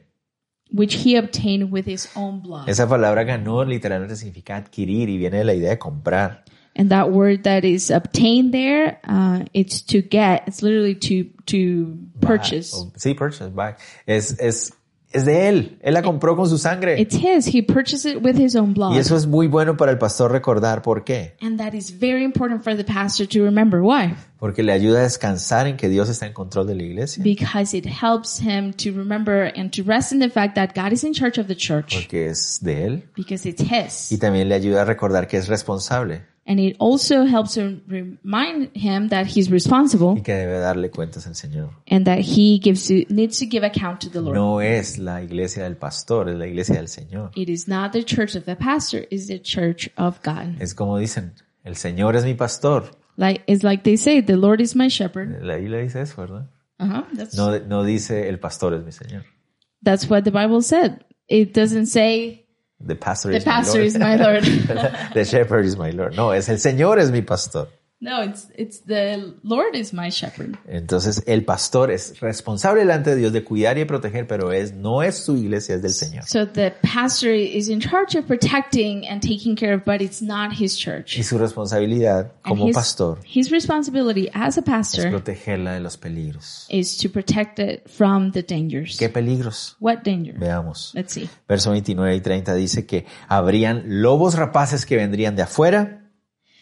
B: which he obtained with his own blood.
A: Esa palabra ganó literalmente significa adquirir y viene de la idea de comprar.
B: and that word that is obtained there, uh, it's to get. It's literally to to purchase.
A: oh, Ah, o- sí, purchase, buy. Es, es Es de él. Él la compró con su sangre.
B: It's his. He purchased it with his own
A: Y
B: blood.
A: eso es muy bueno para el pastor recordar por qué.
B: And that is very important for the pastor to remember. Why?
A: Porque le ayuda a descansar en que Dios está en control de la iglesia.
B: Because it helps him to remember and to rest in the fact that God is in charge of the church.
A: Porque es de él.
B: Because it's his.
A: Y también le ayuda a recordar que es responsable
B: And it also helps him remind him that he's
A: y
B: responsible
A: que debe darle cuentas al Señor.
B: and that he gives to, needs to give account to the Lord.
A: No es la iglesia del pastor, es la iglesia del Señor.
B: It is not the church of the pastor, it's the church of God.
A: Es como dicen, el Señor es mi pastor.
B: Like, it's like they say, the Lord is my shepherd.
A: La Biblia dice eso, ¿verdad?
B: Uh-huh. That's,
A: No, no dice el pastor es mi Señor.
B: that's what the Bible said. It doesn't say
A: The pastor,
B: the
A: is,
B: pastor
A: my [LAUGHS]
B: is my Lord. [LAUGHS]
A: Lord. The shepherd is my Lord. No, es el Señor es mi pastor.
B: no, it's, it's the Lord is my shepherd.
A: Entonces el pastor es responsable delante de Dios de cuidar y proteger, pero es no es su iglesia, es del Señor.
B: So the pastor is in charge of protecting and taking care of, but it's not his church.
A: Y su responsabilidad
B: And
A: como
B: his-
A: pastor
B: His responsibility as a
A: es
B: pastor
A: protegerla de los peligros.
B: is to protect it from the dangers.
A: ¿Qué peligros?
B: What danger?
A: Veamos.
B: Let's see.
A: Verso 29 y 30 dice que habrían lobos rapaces que vendrían de afuera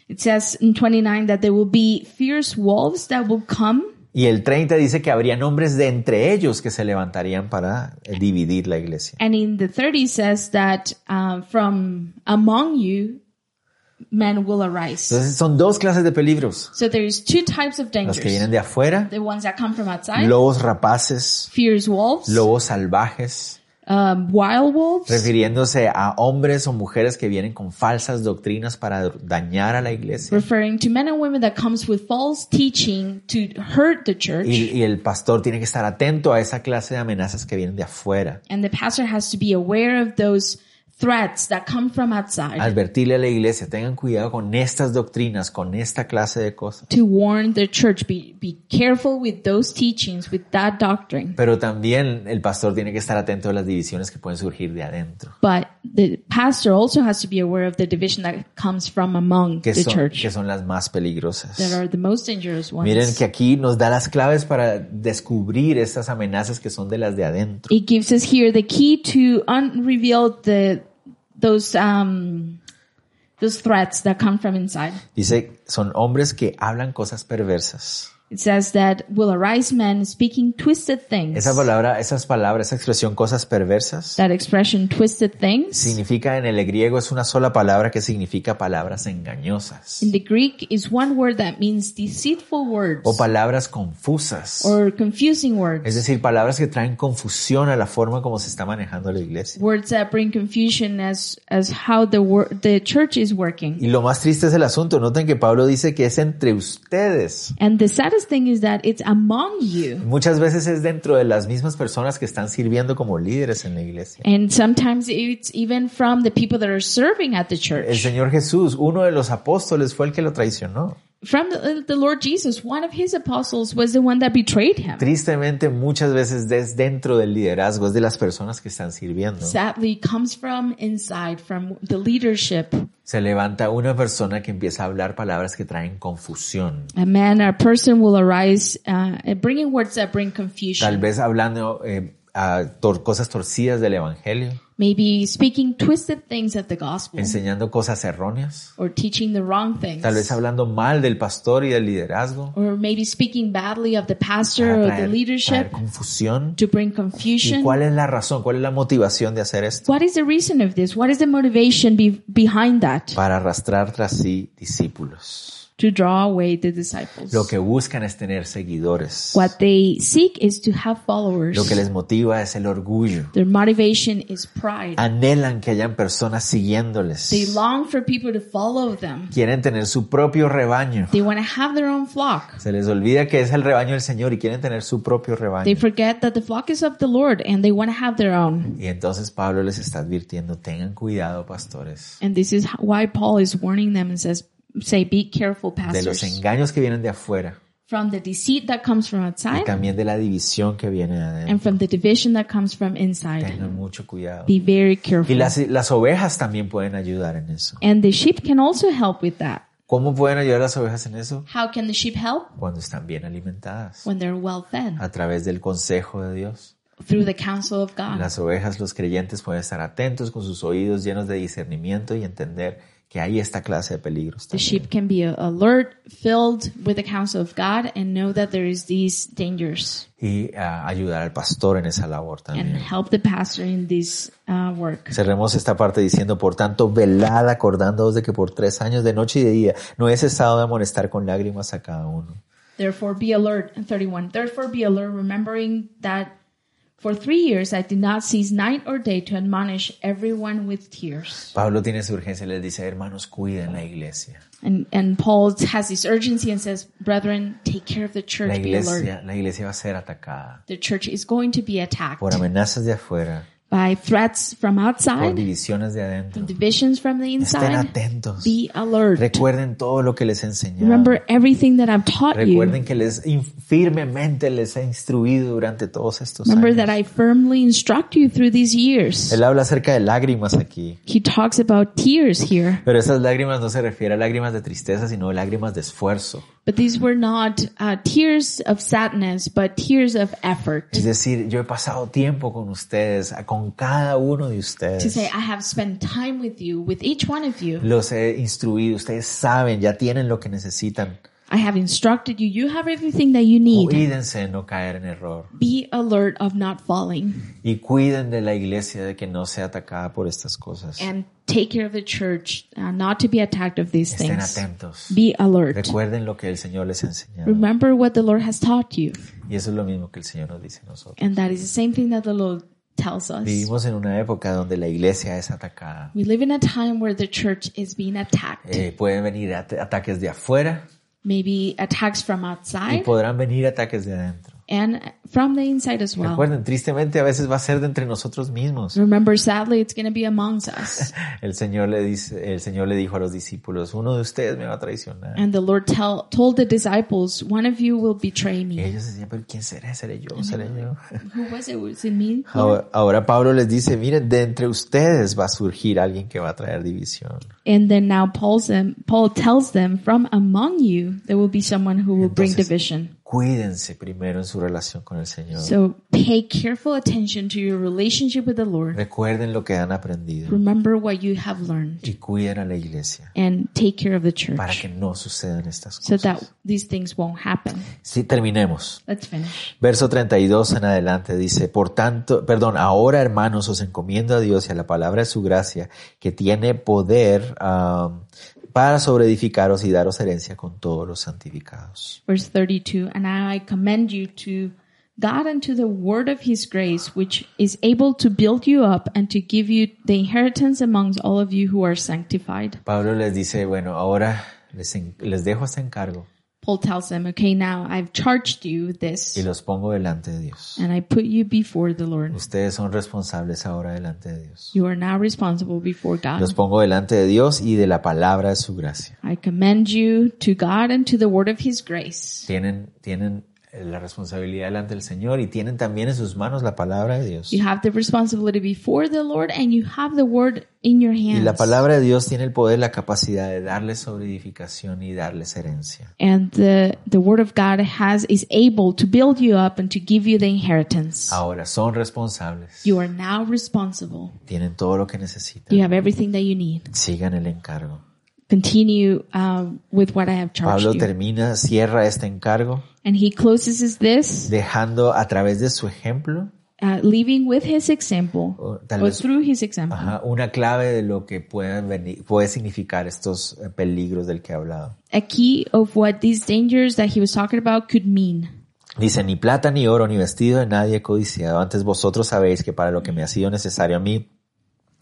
B: It says in 29 that there will be fierce wolves that will come.
A: y el 30 dice que habrían hombres de entre ellos que se levantarían para eh, dividir la iglesia.
B: And in the 30 says that um, from among you, men will arise.
A: Entonces son dos clases de peligros.
B: So there's two types
A: Los
B: of
A: que
B: dangers.
A: vienen de afuera,
B: The ones that come from outside,
A: lobos rapaces,
B: fierce wolves,
A: lobos salvajes,
B: um, wild wolves,
A: refiriéndose a hombres o mujeres que vienen con falsas doctrinas para dañar a la iglesia.
B: referring to men and women that comes with false teaching to hurt the
A: Y,
B: church.
A: y el pastor tiene que estar atento a esa clase de amenazas que vienen de afuera.
B: And the pastor has to be aware of those threats that come from outside
A: Advertirle a la iglesia, tengan cuidado con estas doctrinas, con esta clase de cosas.
B: to warn the church. Be, be careful with those teachings, with that doctrine.
A: Pero también el pastor tiene que estar atento a las divisiones que pueden surgir de adentro,
B: But the pastor also has to be aware of the division that comes from among
A: que
B: the
A: son,
B: church
A: que son las más
B: that
A: peligrosas.
B: are the most dangerous ones.
A: Miren que aquí nos da las claves para descubrir estas amenazas que son de las de adentro.
B: It gives us here the key to unreveal the those um those threats that come from inside.
A: Dice, son hombres que hablan cosas perversas.
B: It says that will arise men speaking twisted things.
A: Esa palabra, esas palabras, esa expresión cosas perversas,
B: That expression twisted things
A: significa en el griego es una sola palabra que significa palabras engañosas
B: in the Greek is one word that means deceitful words
A: o palabras confusas.
B: or confusing
A: Es
B: words.
A: decir, palabras que traen confusión a la forma como se está manejando la iglesia.
B: Words that bring confusion as as how the wor- the church is working.
A: Y lo más triste es el asunto. Noten que Pablo dice que es entre ustedes.
B: And the saddest thing is that it's among you.
A: Muchas veces es dentro de las mismas personas que están sirviendo como líderes en la iglesia.
B: And sometimes it's even from the people that are serving at the
A: El
B: church.
A: Señor Jesús, uno de los apóstoles, fue el que lo traicionó.
B: From the, the Lord Jesus, one of his apostles was the one that betrayed him.
A: Tristemente, muchas veces es dentro del liderazgo, es de las personas que están sirviendo.
B: Sadly, it comes from inside, from the leadership.
A: Se levanta una persona que empieza a hablar palabras que traen confusión.
B: A man, a person will arise, uh, and bringing words that bring
A: Tal
B: confusion.
A: vez hablando eh, a tor- cosas torcidas del Evangelio.
B: Maybe speaking twisted things of the gospel
A: enseñando cosas erróneas,
B: or teaching the wrong
A: tal vez
B: things.
A: hablando mal del pastor y del liderazgo,
B: Or maybe speaking badly of the
A: para
B: pastor or the
A: traer, traer
B: leadership
A: confusión.
B: to
A: ¿Y
B: bring confusion.
A: cuál es la razón, cuál es la motivación de hacer esto?
B: What is the reason of this? What is the motivation be- behind that?
A: Para arrastrar tras sí discípulos.
B: To draw away the disciples.
A: Lo que buscan es tener seguidores.
B: What they seek is to have followers.
A: Lo que les motiva es el orgullo.
B: Their motivation is pride.
A: Ah, Anhelan que hayan personas
B: They
A: siguiéndoles.
B: long for people to follow them.
A: Quieren tener su propio rebaño.
B: They want to have their own flock.
A: Se les olvida que es el rebaño del Señor y quieren tener su propio
B: They
A: rebaño.
B: forget that the flock is of the Lord and they want to have their own.
A: Y entonces Pablo les está advirtiendo, tengan cuidado, pastores.
B: And this is how- why Paul is warning them and says, say, be careful,
A: de los
B: pastors,
A: engaños que vienen de afuera
B: from the deceit that comes from
A: y
B: outside
A: también de la división que viene de adentro.
B: and from the division that comes from inside.
A: Tengan mucho cuidado.
B: Be very
A: Y
B: careful.
A: las, las ovejas también pueden ayudar en eso.
B: And the sheep can also help with that.
A: ¿Cómo pueden ayudar las ovejas en eso?
B: How can the sheep help?
A: Cuando están bien alimentadas,
B: When they're well fed.
A: a través del consejo de Dios,
B: through the counsel of God.
A: Las ovejas, los creyentes pueden estar atentos con sus oídos llenos de discernimiento y entender que hay esta clase de peligros.
B: The
A: también.
B: sheep can be uh, alert, filled with the counsel of God, and know that there is these dangers,
A: Y ah, ayudar al pastor en esa labor
B: and
A: también.
B: help the pastor in this uh, work.
A: Cerremos esta parte diciendo, por tanto, velad acordándoos de que por tres años de noche y de día no he cesado de amonestar con lágrimas a cada uno.
B: Therefore, be alert. And 31. Therefore, be alert, remembering that for three years I did not cease night or day to admonish everyone with tears.
A: Pablo tiene su urgencia y les dice, hermanos, cuiden la iglesia.
B: And and Paul has this urgency and says, "Brethren, take care of the
A: La
B: church. Be alert.
A: iglesia, la iglesia va a ser atacada
B: The church is going to be attacked
A: por amenazas de afuera,
B: by threats from
A: por
B: outside,
A: divisiones de adentro.
B: divisions from the
A: Estén
B: inside.
A: atentos.
B: Be alert.
A: Recuerden todo lo que les enseñaron.
B: Remember everything that I've taught you.
A: Recuerden que les in- firmemente les he instruido durante todos estos
B: Remember
A: años.
B: that I firmly instruct you through these years."
A: Él habla acerca de lágrimas aquí,
B: He talks about tears here.
A: pero esas lágrimas no se refiere a lágrimas de tristeza, sino lágrimas de esfuerzo.
B: But these were not uh, tears of sadness, but tears of effort.
A: Es decir, yo he pasado tiempo con ustedes, con cada uno de
B: To say,
A: ustedes.
B: I have spent time with you, with each one of you.
A: Los he instruido, ustedes saben, ya tienen lo que necesitan.
B: I have instructed you. You have everything that you
A: Oh,
B: need.
A: Cuídense de no caer en error
B: Be alert of not falling
A: y cuiden de la iglesia de que no sea atacada por estas cosas.
B: and take care of the church, uh, not to be attacked of these
A: Estén
B: things.
A: atentos.
B: Be alert.
A: Recuerden lo que el Señor les enseñó.
B: Remember what the Lord has taught you.
A: Y eso es lo mismo que el Señor nos dice a nosotros.
B: And that is the same thing that the Lord tells us.
A: Vivimos en una época donde la iglesia es atacada.
B: We live in a time where the church is being attacked.
A: Eh, pueden venir at- ataques de afuera
B: Maybe attacks from
A: y
B: outside
A: podrán venir ataques de adentro.
B: and from the inside as well.
A: Recuerden, tristemente a veces va a ser de entre nosotros mismos.
B: Remember, sadly, it's going to be
A: [LAUGHS]
B: amongst us.
A: El Señor le dice, el Señor le dijo a los discípulos, uno de ustedes me va a traicionar.
B: And the Lord tell, told the disciples, one of you will betray
A: Y
B: me.
A: ellos decían, pero ¿quién seré? ¿Seré yo? ¿Seré yo?
B: Who was it? Was it me?
A: Ahora, ahora Pablo les dice, miren, de entre ustedes va a surgir alguien que va a traer división.
B: And then now Paul's them, Paul tells them, from among you, there will be someone who will bring
A: Entonces-
B: division.
A: Cuídense primero en su relación con el Señor.
B: So pay careful attention to your relationship with the Lord.
A: Recuerden lo que han aprendido
B: Remember what you have learned
A: y cuiden a la iglesia
B: and take care of the
A: para
B: church
A: que no sucedan estas
B: so
A: cosas.
B: that these things won't happen.
A: Sí, terminemos.
B: Let's finish.
A: Verso 32 en adelante dice, por tanto, perdón, ahora hermanos os encomiendo a Dios y a la palabra de su gracia que tiene poder am, para sobreedificaros y daros herencia con todos los santificados.
B: Verse 32 And I commend you to God and to the word of his grace, which is able to build you up and to give you the inheritance amongst all of you who are sanctified.
A: Pablo les dice, bueno, ahora les, en- les dejo este encargo
B: Paul tells them, Okay, now I've charged you with
A: y
B: this,
A: los pongo delante de Dios.
B: and I put you before the Lord.
A: Ustedes son responsables ahora delante de Dios.
B: You are now responsible before God.
A: Los pongo delante de Dios y de la palabra de su gracia.
B: I commend you to God and to the word of his grace.
A: tienen, tienen eh, la responsabilidad delante del Señor y tienen también en sus manos la palabra de Dios.
B: You have the responsibility before the Lord, and you have the word in your
A: Y la
B: hands.
A: palabra de Dios tiene el poder, la capacidad de darles sobre edificación y darles herencia.
B: and the the word of God has is able to build you up and to give you the inheritance.
A: Ahora son responsables,
B: You are now responsible.
A: tienen todo lo que
B: You
A: necesitan,
B: have everything that you need.
A: sigan el encargo.
B: Continue uh, with what I have charged
A: Pablo
B: you.
A: termina, cierra este encargo,
B: And he closes is this,
A: dejando a través de su ejemplo
B: uh, leaving with his example
A: o Oh, tal
B: or
A: vez
B: through his example
A: ajá, una clave de lo que pueden venir, puede significar estos eh, peligros del que he hablado.
B: a key of what these dangers that he was talking about could mean.
A: Dice, ni plata, ni oro, ni vestido de nadie he codiciado. Antes vosotros sabéis que para lo que me ha sido necesario a mí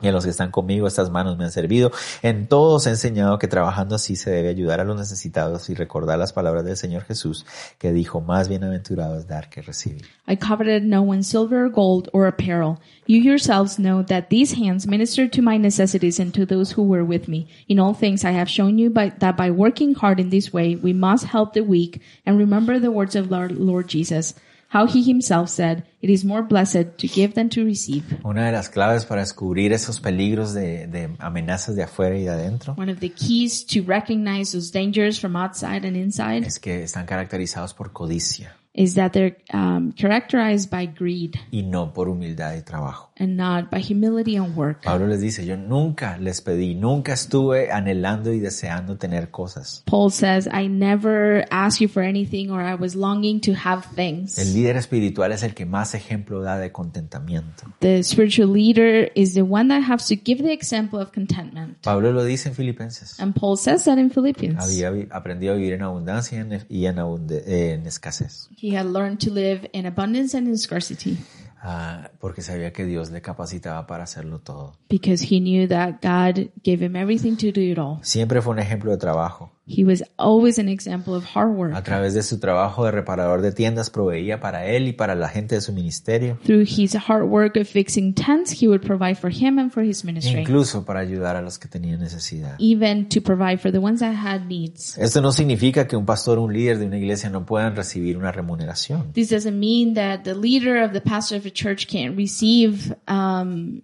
A: y a los que están conmigo, estas manos me han servido. En todo os he enseñado que trabajando así se debe ayudar a los necesitados y recordar las palabras del Señor Jesús, que dijo, más bienaventurado es dar que recibir.
B: I coveted no one's silver or gold or apparel. You yourselves know that these hands ministered to my necessities and to those who were with me. In all things I have shown you by, that by working hard in this way, we must help the weak and remember the words of Lord, Lord Jesus, how he himself said, it is more blessed to give than to receive.
A: Una de las claves para descubrir esos peligros de, de amenazas de afuera y de adentro
B: One of the keys to recognize those dangers from outside and inside
A: es que están caracterizados por codicia.
B: is that they're um, characterized by greed
A: y no por humildad y trabajo.
B: and not by humility and work.
A: Pablo les dice, yo nunca les pedí, nunca estuve anhelando y deseando tener cosas.
B: Paul says, I never asked you for anything or I was longing to have
A: El
B: things.
A: líder espiritual es el que más ejemplo da de contentamiento.
B: The spiritual leader is the one that has to give the example of contentment.
A: Pablo lo dice en Filipenses.
B: And Paul says that in Philippians.
A: Había vi- aprendido a vivir en abundancia y en, y en abunde- eh, en escasez,
B: He had learned to live in abundance and in scarcity
A: Ah, porque sabía que Dios le capacitaba para hacerlo todo.
B: because he knew that God gave him everything to do it all.
A: Siempre fue un ejemplo de trabajo.
B: He was always an example of hard
A: A
B: work.
A: través de su trabajo de reparador de tiendas proveía para él y para la gente de su ministerio,
B: Through his hard work of fixing tents, he would provide for him and for his
A: e
B: ministry,
A: incluso para ayudar a los que tenían necesidad.
B: even to provide for the ones that had needs.
A: Esto no significa que un pastor o un líder de una iglesia no puedan recibir una remuneración.
B: This doesn't mean that the leader of the pastor of a church can't receive um,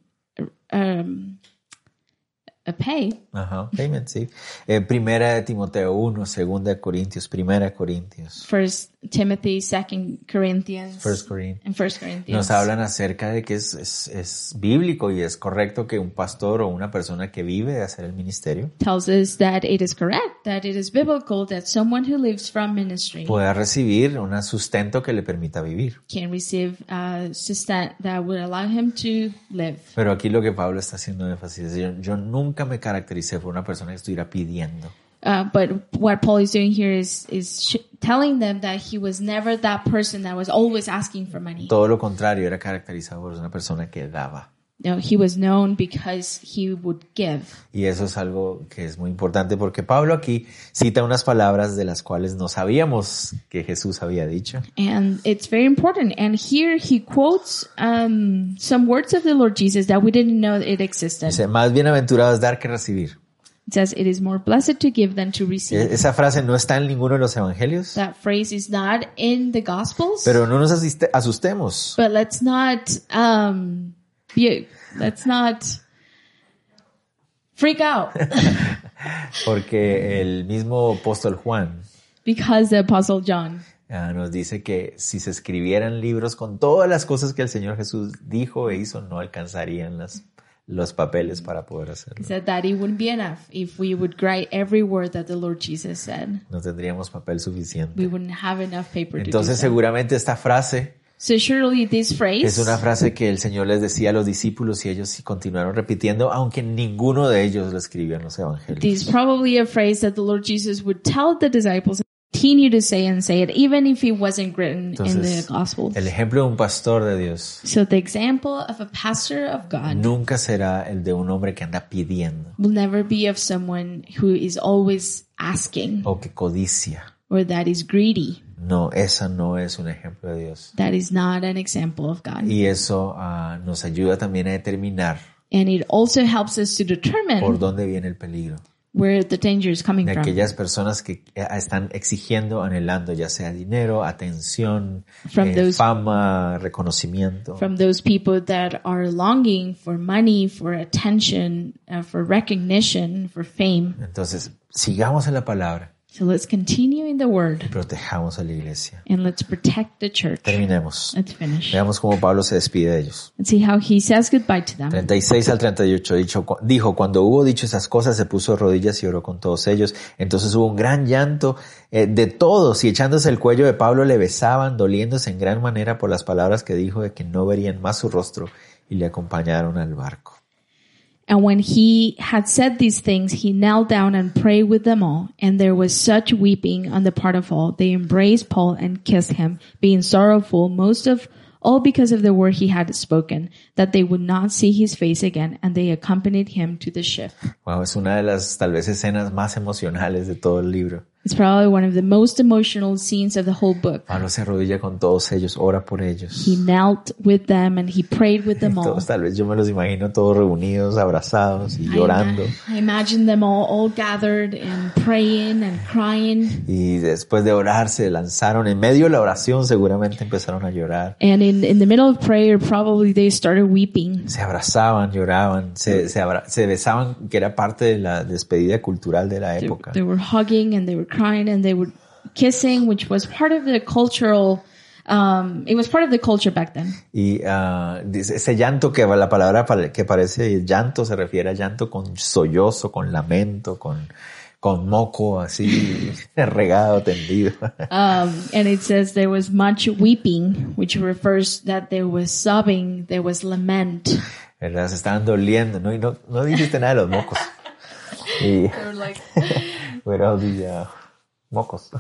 B: um, a pay.
A: Ajá, payment, sí. Eh, primera de Timoteo 1, segunda de Corintios, primera de Corintios,
B: First Timothy, Second Corinthians,
A: First Corinthians.
B: and First Corinthians.
A: Nos hablan acerca de que es, es- es bíblico y es correcto que un pastor o una persona que vive de hacer el ministerio
B: tells us that it is correct, that it is biblical, that someone who lives from ministry
A: pueda recibir un sustento que le permita vivir.
B: can receive uh, susten that would allow him to live.
A: Pero aquí lo que Pablo está haciendo énfasis es, yo, yo nunca me caractericé por una persona que estuviera pidiendo.
B: Uh, but what Paul is doing here is is sh- telling them that he was never that person that was always asking for money.
A: Todo lo contrario, era caracterizado por una persona que daba.
B: No, he was known because he would give.
A: Y eso es algo que es muy importante porque Pablo aquí cita unas palabras de las cuales no sabíamos que Jesús había dicho.
B: And it's very important. And here he quotes um, some words of the Lord Jesus that we didn't know it existed.
A: Dice, más bienaventurado es dar que recibir.
B: It says, It is more blessed to give than to receive.
A: E- Esa frase no está en ninguno de los evangelios.
B: That phrase is not in the Gospels.
A: Pero no nos asiste- asustemos.
B: but let's not um be, let's not
A: [LAUGHS]
B: freak out
A: Porque el mismo apóstol Juan
B: because the apostle John
A: ah, nos dice que si se escribieran libros con todas las cosas que el Señor Jesús dijo e hizo, no alcanzarían las, los papeles para poder hacerlo.
B: said that it wouldn't be enough if we would write every word that the Lord Jesus said.
A: No tendríamos papel
B: We
A: suficiente.
B: wouldn't have enough paper to do
A: Entonces
B: that.
A: seguramente esta frase
B: So surely this phrase
A: es una frase que el Señor les decía a los discípulos y ellos sí continuaron repitiendo, aunque ninguno de ellos lo escribió en los evangelios.
B: this is probably a phrase that the Lord Jesus would tell the disciples and continue to say and say it even if it wasn't written in the
A: Entonces,
B: gospel.
A: el ejemplo de un pastor de Dios
B: So the example of a pastor of God
A: nunca será el de un hombre que anda pidiendo.
B: will never be of someone who is always asking
A: o que codicia.
B: or that is greedy.
A: No, esa no es un ejemplo de Dios.
B: That is not an example of God.
A: Y eso ah, nos ayuda también a determinar
B: And it also helps us to
A: por
B: determine
A: dónde viene el peligro
B: where the danger is coming
A: de
B: from.
A: aquellas personas que eh, están exigiendo, anhelando, ya sea dinero, atención,
B: From
A: eh,
B: those-
A: fama, reconocimiento.
B: From those people that are longing for money, for attention, uh, for recognition, for fame.
A: Entonces, sigamos en la palabra
B: So let's continue in the
A: y
B: word
A: protejamos a la iglesia.
B: and let's protect the church.
A: Terminemos.
B: Let's finish.
A: Veamos cómo Pablo se despide de ellos.
B: Let's see how he says goodbye to them.
A: 36 al 38 dicho- dijo, cuando hubo dicho esas cosas, se puso de rodillas y oró con todos ellos. Entonces hubo un gran llanto eh, de todos y echándose el cuello de Pablo le besaban, doliéndose en gran manera por las palabras que dijo de que no verían más su rostro y le acompañaron al barco.
B: And when he had said these things, he knelt down and prayed with them all. And there was such weeping on the part of all. They embraced Paul and kissed him, being sorrowful, most of all because of the word he had spoken, that they would not see his face again. And they accompanied him to the ship.
A: Wow, es una de las tal vez escenas más emocionales de todo el libro.
B: It's probably one of the most emotional scenes of the whole book.
A: Pablo se arrodilla con todos ellos, ora por ellos.
B: He knelt with them and he prayed with them all.
A: Todos tal vez yo me los imagino todos reunidos, abrazados y
B: I ima-
A: llorando.
B: I imagine them all, all gathered and praying and crying.
A: Y después de orar se lanzaron, en medio de la oración seguramente empezaron a llorar.
B: And in, in the middle of prayer, probably they started weeping.
A: Se abrazaban, lloraban, se, se, abra- se besaban, que era parte de la despedida cultural de la época.
B: They were hugging and they were crying and they were kissing, which was part of the cultural Um, it was part of the culture back then.
A: Y ah, dice, ese llanto que la palabra pa- que parece llanto se refiere a llanto con sollozo, con lamento, con, con moco así [LAUGHS] regado, tendido. [LAUGHS]
B: Um, and it says there was much weeping, which refers that there was sobbing, there was lament.
A: ¿Verdad? Se estaban doliendo, ¿no? Y no, no dijiste nada de los mocos. Y
B: There were like
A: fueron mocos.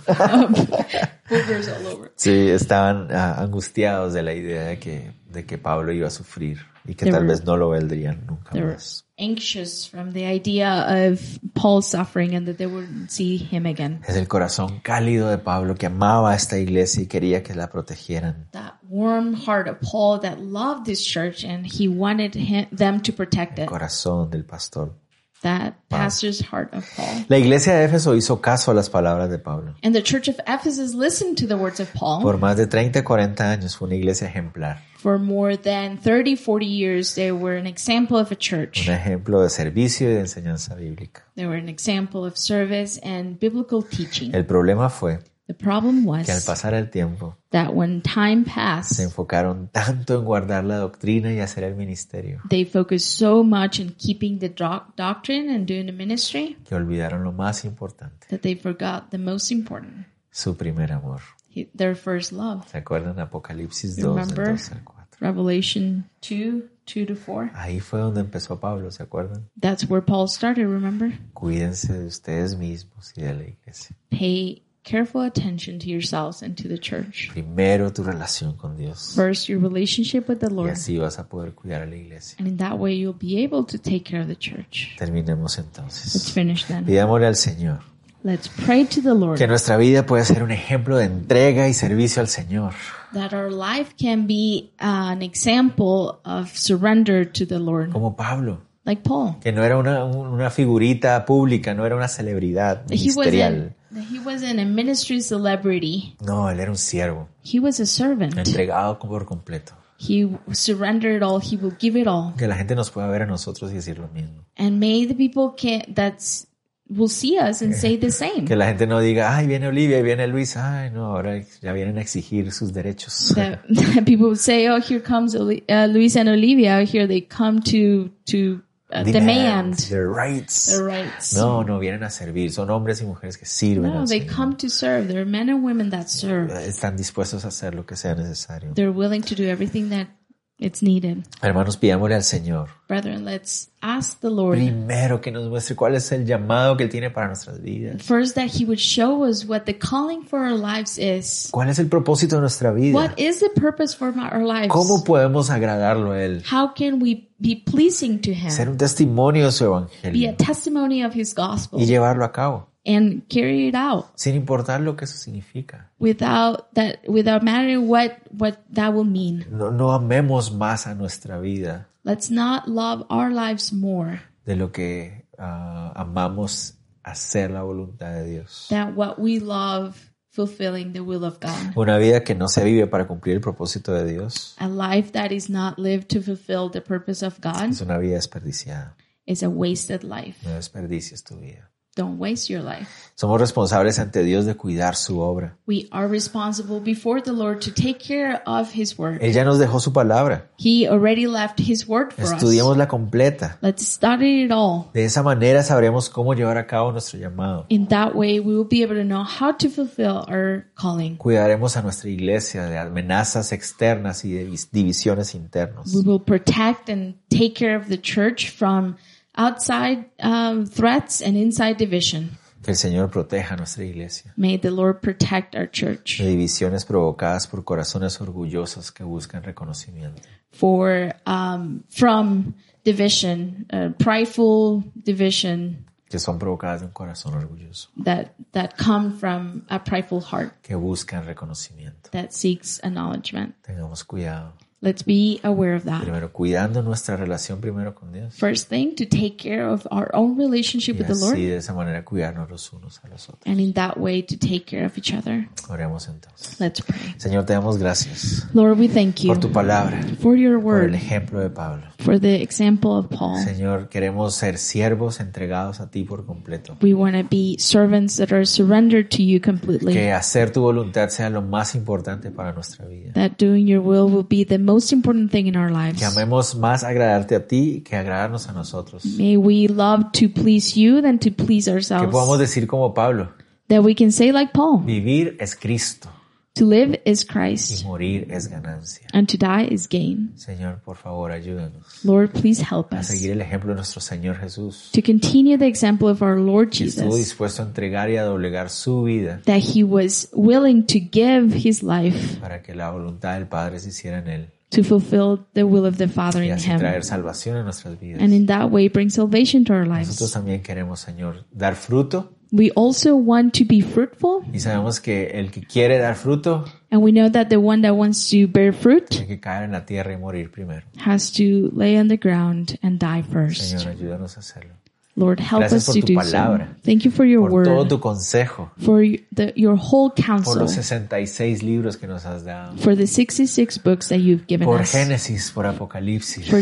B: boogers all over.
A: Sí, estaban ah, angustiados de la idea de que, de que Pablo iba a sufrir y que
B: They
A: tal
B: were-
A: vez no lo vendrían nunca
B: They were
A: más.
B: anxious from the idea of Paul suffering and that they wouldn't see him again.
A: Es el corazón cálido de Pablo que amaba a esta iglesia y quería que la protegieran.
B: That warm heart of Paul that loved this church and he wanted him, them to protect
A: El
B: it.
A: corazón del pastor.
B: That pastor's heart of Paul.
A: La iglesia de Éfeso hizo caso a las palabras de Pablo.
B: And the church of Ephesus listened to the words of Paul.
A: Por más de 30, 40 años fue una iglesia ejemplar.
B: For more than 30, 40 years, they were an example of a church.
A: Un ejemplo de servicio y de enseñanza bíblica.
B: They were an example of service and biblical teaching.
A: El problema fue
B: The problem
A: que al
B: was
A: pasar el tiempo
B: that when time
A: se
B: passed,
A: enfocaron tanto en guardar la doctrina y hacer el ministerio
B: they focused so much in keeping the doc- doctrine and doing the ministry
A: que olvidaron lo más importante,
B: that they forgot the most important,
A: su primer amor.
B: he- their first love.
A: ¿Se acuerdan? Apocalipsis 2, del
B: Remember.
A: 2 al 4.
B: Revelation 2, 2 to 4.
A: Ahí fue donde empezó Pablo, ¿se acuerdan?
B: That's where Paul started, remember?
A: Cuídense de ustedes mismos y de la iglesia.
B: Pay careful attention to yourselves and to the church.
A: Primero tu relación con Dios.
B: First, your relationship with the
A: Y
B: Lord.
A: así vas a poder cuidar a la iglesia.
B: And in that way, you'll be able to take care of the church.
A: Terminemos
B: Let's
A: entonces.
B: finish then.
A: Pidámosle al Señor
B: Let's pray to the Lord.
A: que nuestra vida pueda ser un ejemplo de entrega y servicio al Señor.
B: that our life can be uh, an example of surrender to the Lord,
A: Como Pablo,
B: like Paul.
A: que no era una, un- una figurita pública, no era una celebridad
B: He wasn't
A: ministerial.
B: he wasn't a ministry celebrity.
A: No, él era un siervo,
B: He was a servant.
A: entregado por completo.
B: He surrendered all. He will give it all.
A: Que la gente nos pueda ver a nosotros y decir lo mismo.
B: And may the people can, that's will see us and say the same.
A: Que la gente no diga, ay, viene Olivia, y viene Luis, ay, no, ahora ya vienen a exigir sus derechos.
B: That, [LAUGHS] that people would say, "Oh, here comes Oli- uh, Luis and Olivia. Here they come to to
A: [LAUGHS]
B: uh,
A: Demand
B: demand
A: their rights.
B: their rights."
A: No, no vienen a servir, son hombres y mujeres que sirven.
B: no,
A: al
B: they
A: Señor.
B: come to serve. There are men and women that serve.
A: Están dispuestos a hacer lo que sea necesario.
B: they're willing to do everything that it's needed.
A: Hermanos, pidámosle al Señor
B: Brethren, let's ask the Lord
A: primero que nos muestre cuál es el llamado que Él tiene para nuestras vidas.
B: first that He would show us what the calling for our lives is.
A: ¿Cuál es el propósito de nuestra vida?
B: What is the purpose for my- our lives?
A: ¿Cómo podemos agradarlo a Él?
B: How can we be pleasing to
A: Ser
B: Him?
A: un testimonio de su
B: Be a
A: evangelio
B: testimony of His
A: y
B: gospel
A: llevarlo a cabo,
B: and carry it out
A: sin importar lo que eso significa.
B: without that, without mattering what what that will mean.
A: No, no amemos más a nuestra vida
B: Let's not love our lives more
A: de lo que ah, amamos hacer la voluntad de Dios.
B: than what we love fulfilling the will of God.
A: Una vida que no se vive para cumplir el propósito de Dios
B: A life that is not lived to fulfill the purpose of God
A: es una vida desperdiciada.
B: is a wasted life.
A: No desperdicies tu vida.
B: Don't waste your life.
A: Somos responsables ante Dios de cuidar su obra.
B: We are responsible before the Lord to take care of His word.
A: Él ya nos dejó su palabra.
B: He already left His word for us.
A: Estudiemos la completa.
B: Let's study it all.
A: De esa manera sabremos cómo llevar a cabo nuestro llamado.
B: In that way, we will be able to know how to fulfill our calling.
A: Cuidaremos a nuestra iglesia de amenazas externas y de vis- divisiones internas.
B: We will protect and take care of the church from outside um, threats and inside division.
A: Que el Señor proteja a nuestra iglesia
B: May the Lord protect our church
A: de divisiones provocadas por corazones orgullosos que buscan reconocimiento.
B: for um, from division, uh, prideful division,
A: Que son provocadas de un corazón orgulloso
B: that that come from a prideful heart
A: que buscan reconocimiento.
B: that seeks acknowledgement.
A: Tengamos cuidado.
B: Let's be aware of that.
A: Primero, cuidando nuestra relación primero con Dios.
B: First thing, to take care of our own relationship
A: Y
B: with the Lord,
A: así de esa manera cuidarnos los unos a los otros.
B: and in that way, to take care of each other.
A: Oremos entonces.
B: Let's pray.
A: Señor, te damos gracias
B: Lord, we thank you
A: por tu palabra,
B: for your
A: por el
B: word,
A: ejemplo de Pablo.
B: for the example of Paul.
A: Señor, queremos ser siervos entregados a ti por completo.
B: We want to be servants that are surrendered to you completely.
A: Que hacer tu voluntad sea lo más importante para nuestra vida.
B: That doing your will will be the most important thing in our lives.
A: Que amemos más agradarte a ti que agradarnos a nosotros. Que
B: May we love to please you than to please ourselves.
A: podamos decir como Pablo,
B: That we can say like Paul,
A: vivir es Cristo
B: to live is
A: y
B: Christ
A: morir es ganancia.
B: and to die is gain.
A: Señor, por favor, ayúdanos
B: Lord, please help
A: a
B: us
A: seguir el ejemplo de nuestro Señor Jesús,
B: to continue the example of our Lord
A: que estuvo
B: Jesus,
A: dispuesto a entregar y a doblegar su vida
B: that he was willing to give his life
A: para que la voluntad del Padre se hiciera en él
B: to fulfill the will of the Father
A: y
B: in
A: así
B: him.
A: traer salvación a nuestras vidas.
B: And in that way bring salvation to our lives.
A: Nosotros también queremos, Señor, dar fruto
B: We also want to be fruitful
A: y sabemos que el que quiere dar fruto
B: And we know that the one that wants to bear fruit
A: tiene que caer en la tierra y morir primero.
B: has to lay on the ground and die first.
A: Señor, ayúdanos a hacerlo.
B: Lord, help
A: Gracias
B: us
A: por
B: to
A: tu
B: do so.
A: palabra.
B: Thank you for your
A: Por todo
B: word,
A: tu consejo,
B: for the, your whole
A: por
B: counsel,
A: los 66 libros que nos has dado,
B: for the 66 books that you've given
A: por
B: us,
A: Génesis, por Apocalipsis,
B: for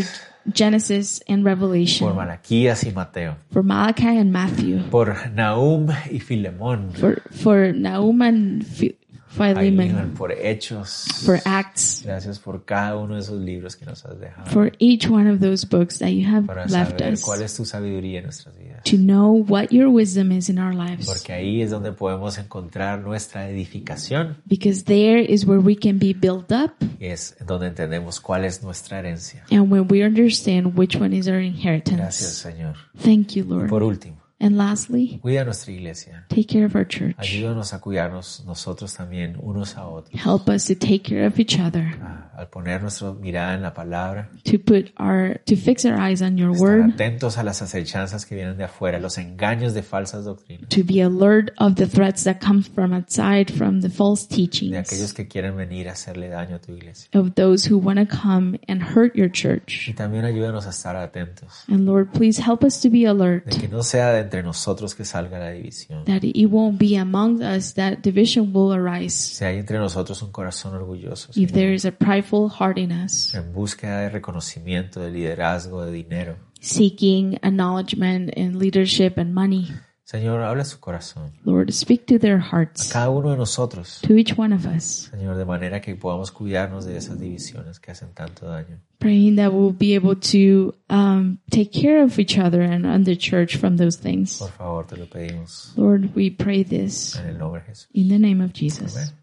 B: Genesis and
A: por
B: Revelation,
A: Malaquías y Mateo,
B: for Malachi and Matthew,
A: por Nahum y Filemón,
B: for, for Nahum and Phi- Philemon,
A: Philemón, por Hechos.
B: for Acts,
A: Gracias por cada uno de esos libros que nos has dejado
B: for each one of those books that you have
A: para
B: left
A: saber
B: us
A: cuál es tu sabiduría en nuestras vidas.
B: to know what your wisdom is in our lives.
A: Porque ahí es donde podemos encontrar nuestra edificación
B: because there is where we can be built up
A: y es donde entendemos cuál es nuestra herencia.
B: and when we understand which one is our inheritance.
A: Gracias, Señor.
B: Thank you, Lord.
A: Por último,
B: And lastly,
A: cuida nuestra iglesia.
B: take care of our church.
A: Ayúdanos a cuidarnos nosotros también unos a otros,
B: Help us to take care of each other,
A: a- al poner nuestra mirada en la palabra,
B: to put our to fix our eyes on your
A: estar
B: word,
A: atentos a las acechanzas que vienen de afuera, los engaños de falsas doctrinas,
B: to be alert of the threats that come from outside from the false
A: de aquellos
B: teachings
A: que quieren venir a hacerle daño a tu iglesia.
B: of those who want to come and hurt your church.
A: Y también ayúdanos a estar atentos,
B: And Lord, please help us to be
A: de
B: alert
A: que no sea de entre nosotros que salga la división,
B: that it won't be among us that division will arise
A: si hay entre nosotros un corazón orgulloso, Señor,
B: if there is a prideful heart in us.
A: en búsqueda de reconocimiento, de liderazgo, de dinero.
B: seeking acknowledgement and leadership and money.
A: Señor, habla a su corazón,
B: Lord, speak to their hearts,
A: cada uno de nosotros.
B: to each one of us,
A: Señor, de manera que podamos cuidarnos de esas divisiones que hacen tanto daño.
B: praying that we'll be able to um, take care of each other and, and the church from those things.
A: Por favor, te lo pedimos
B: Lord, we pray this
A: en el nombre de Jesús.
B: in the name of Jesus.
A: Amen.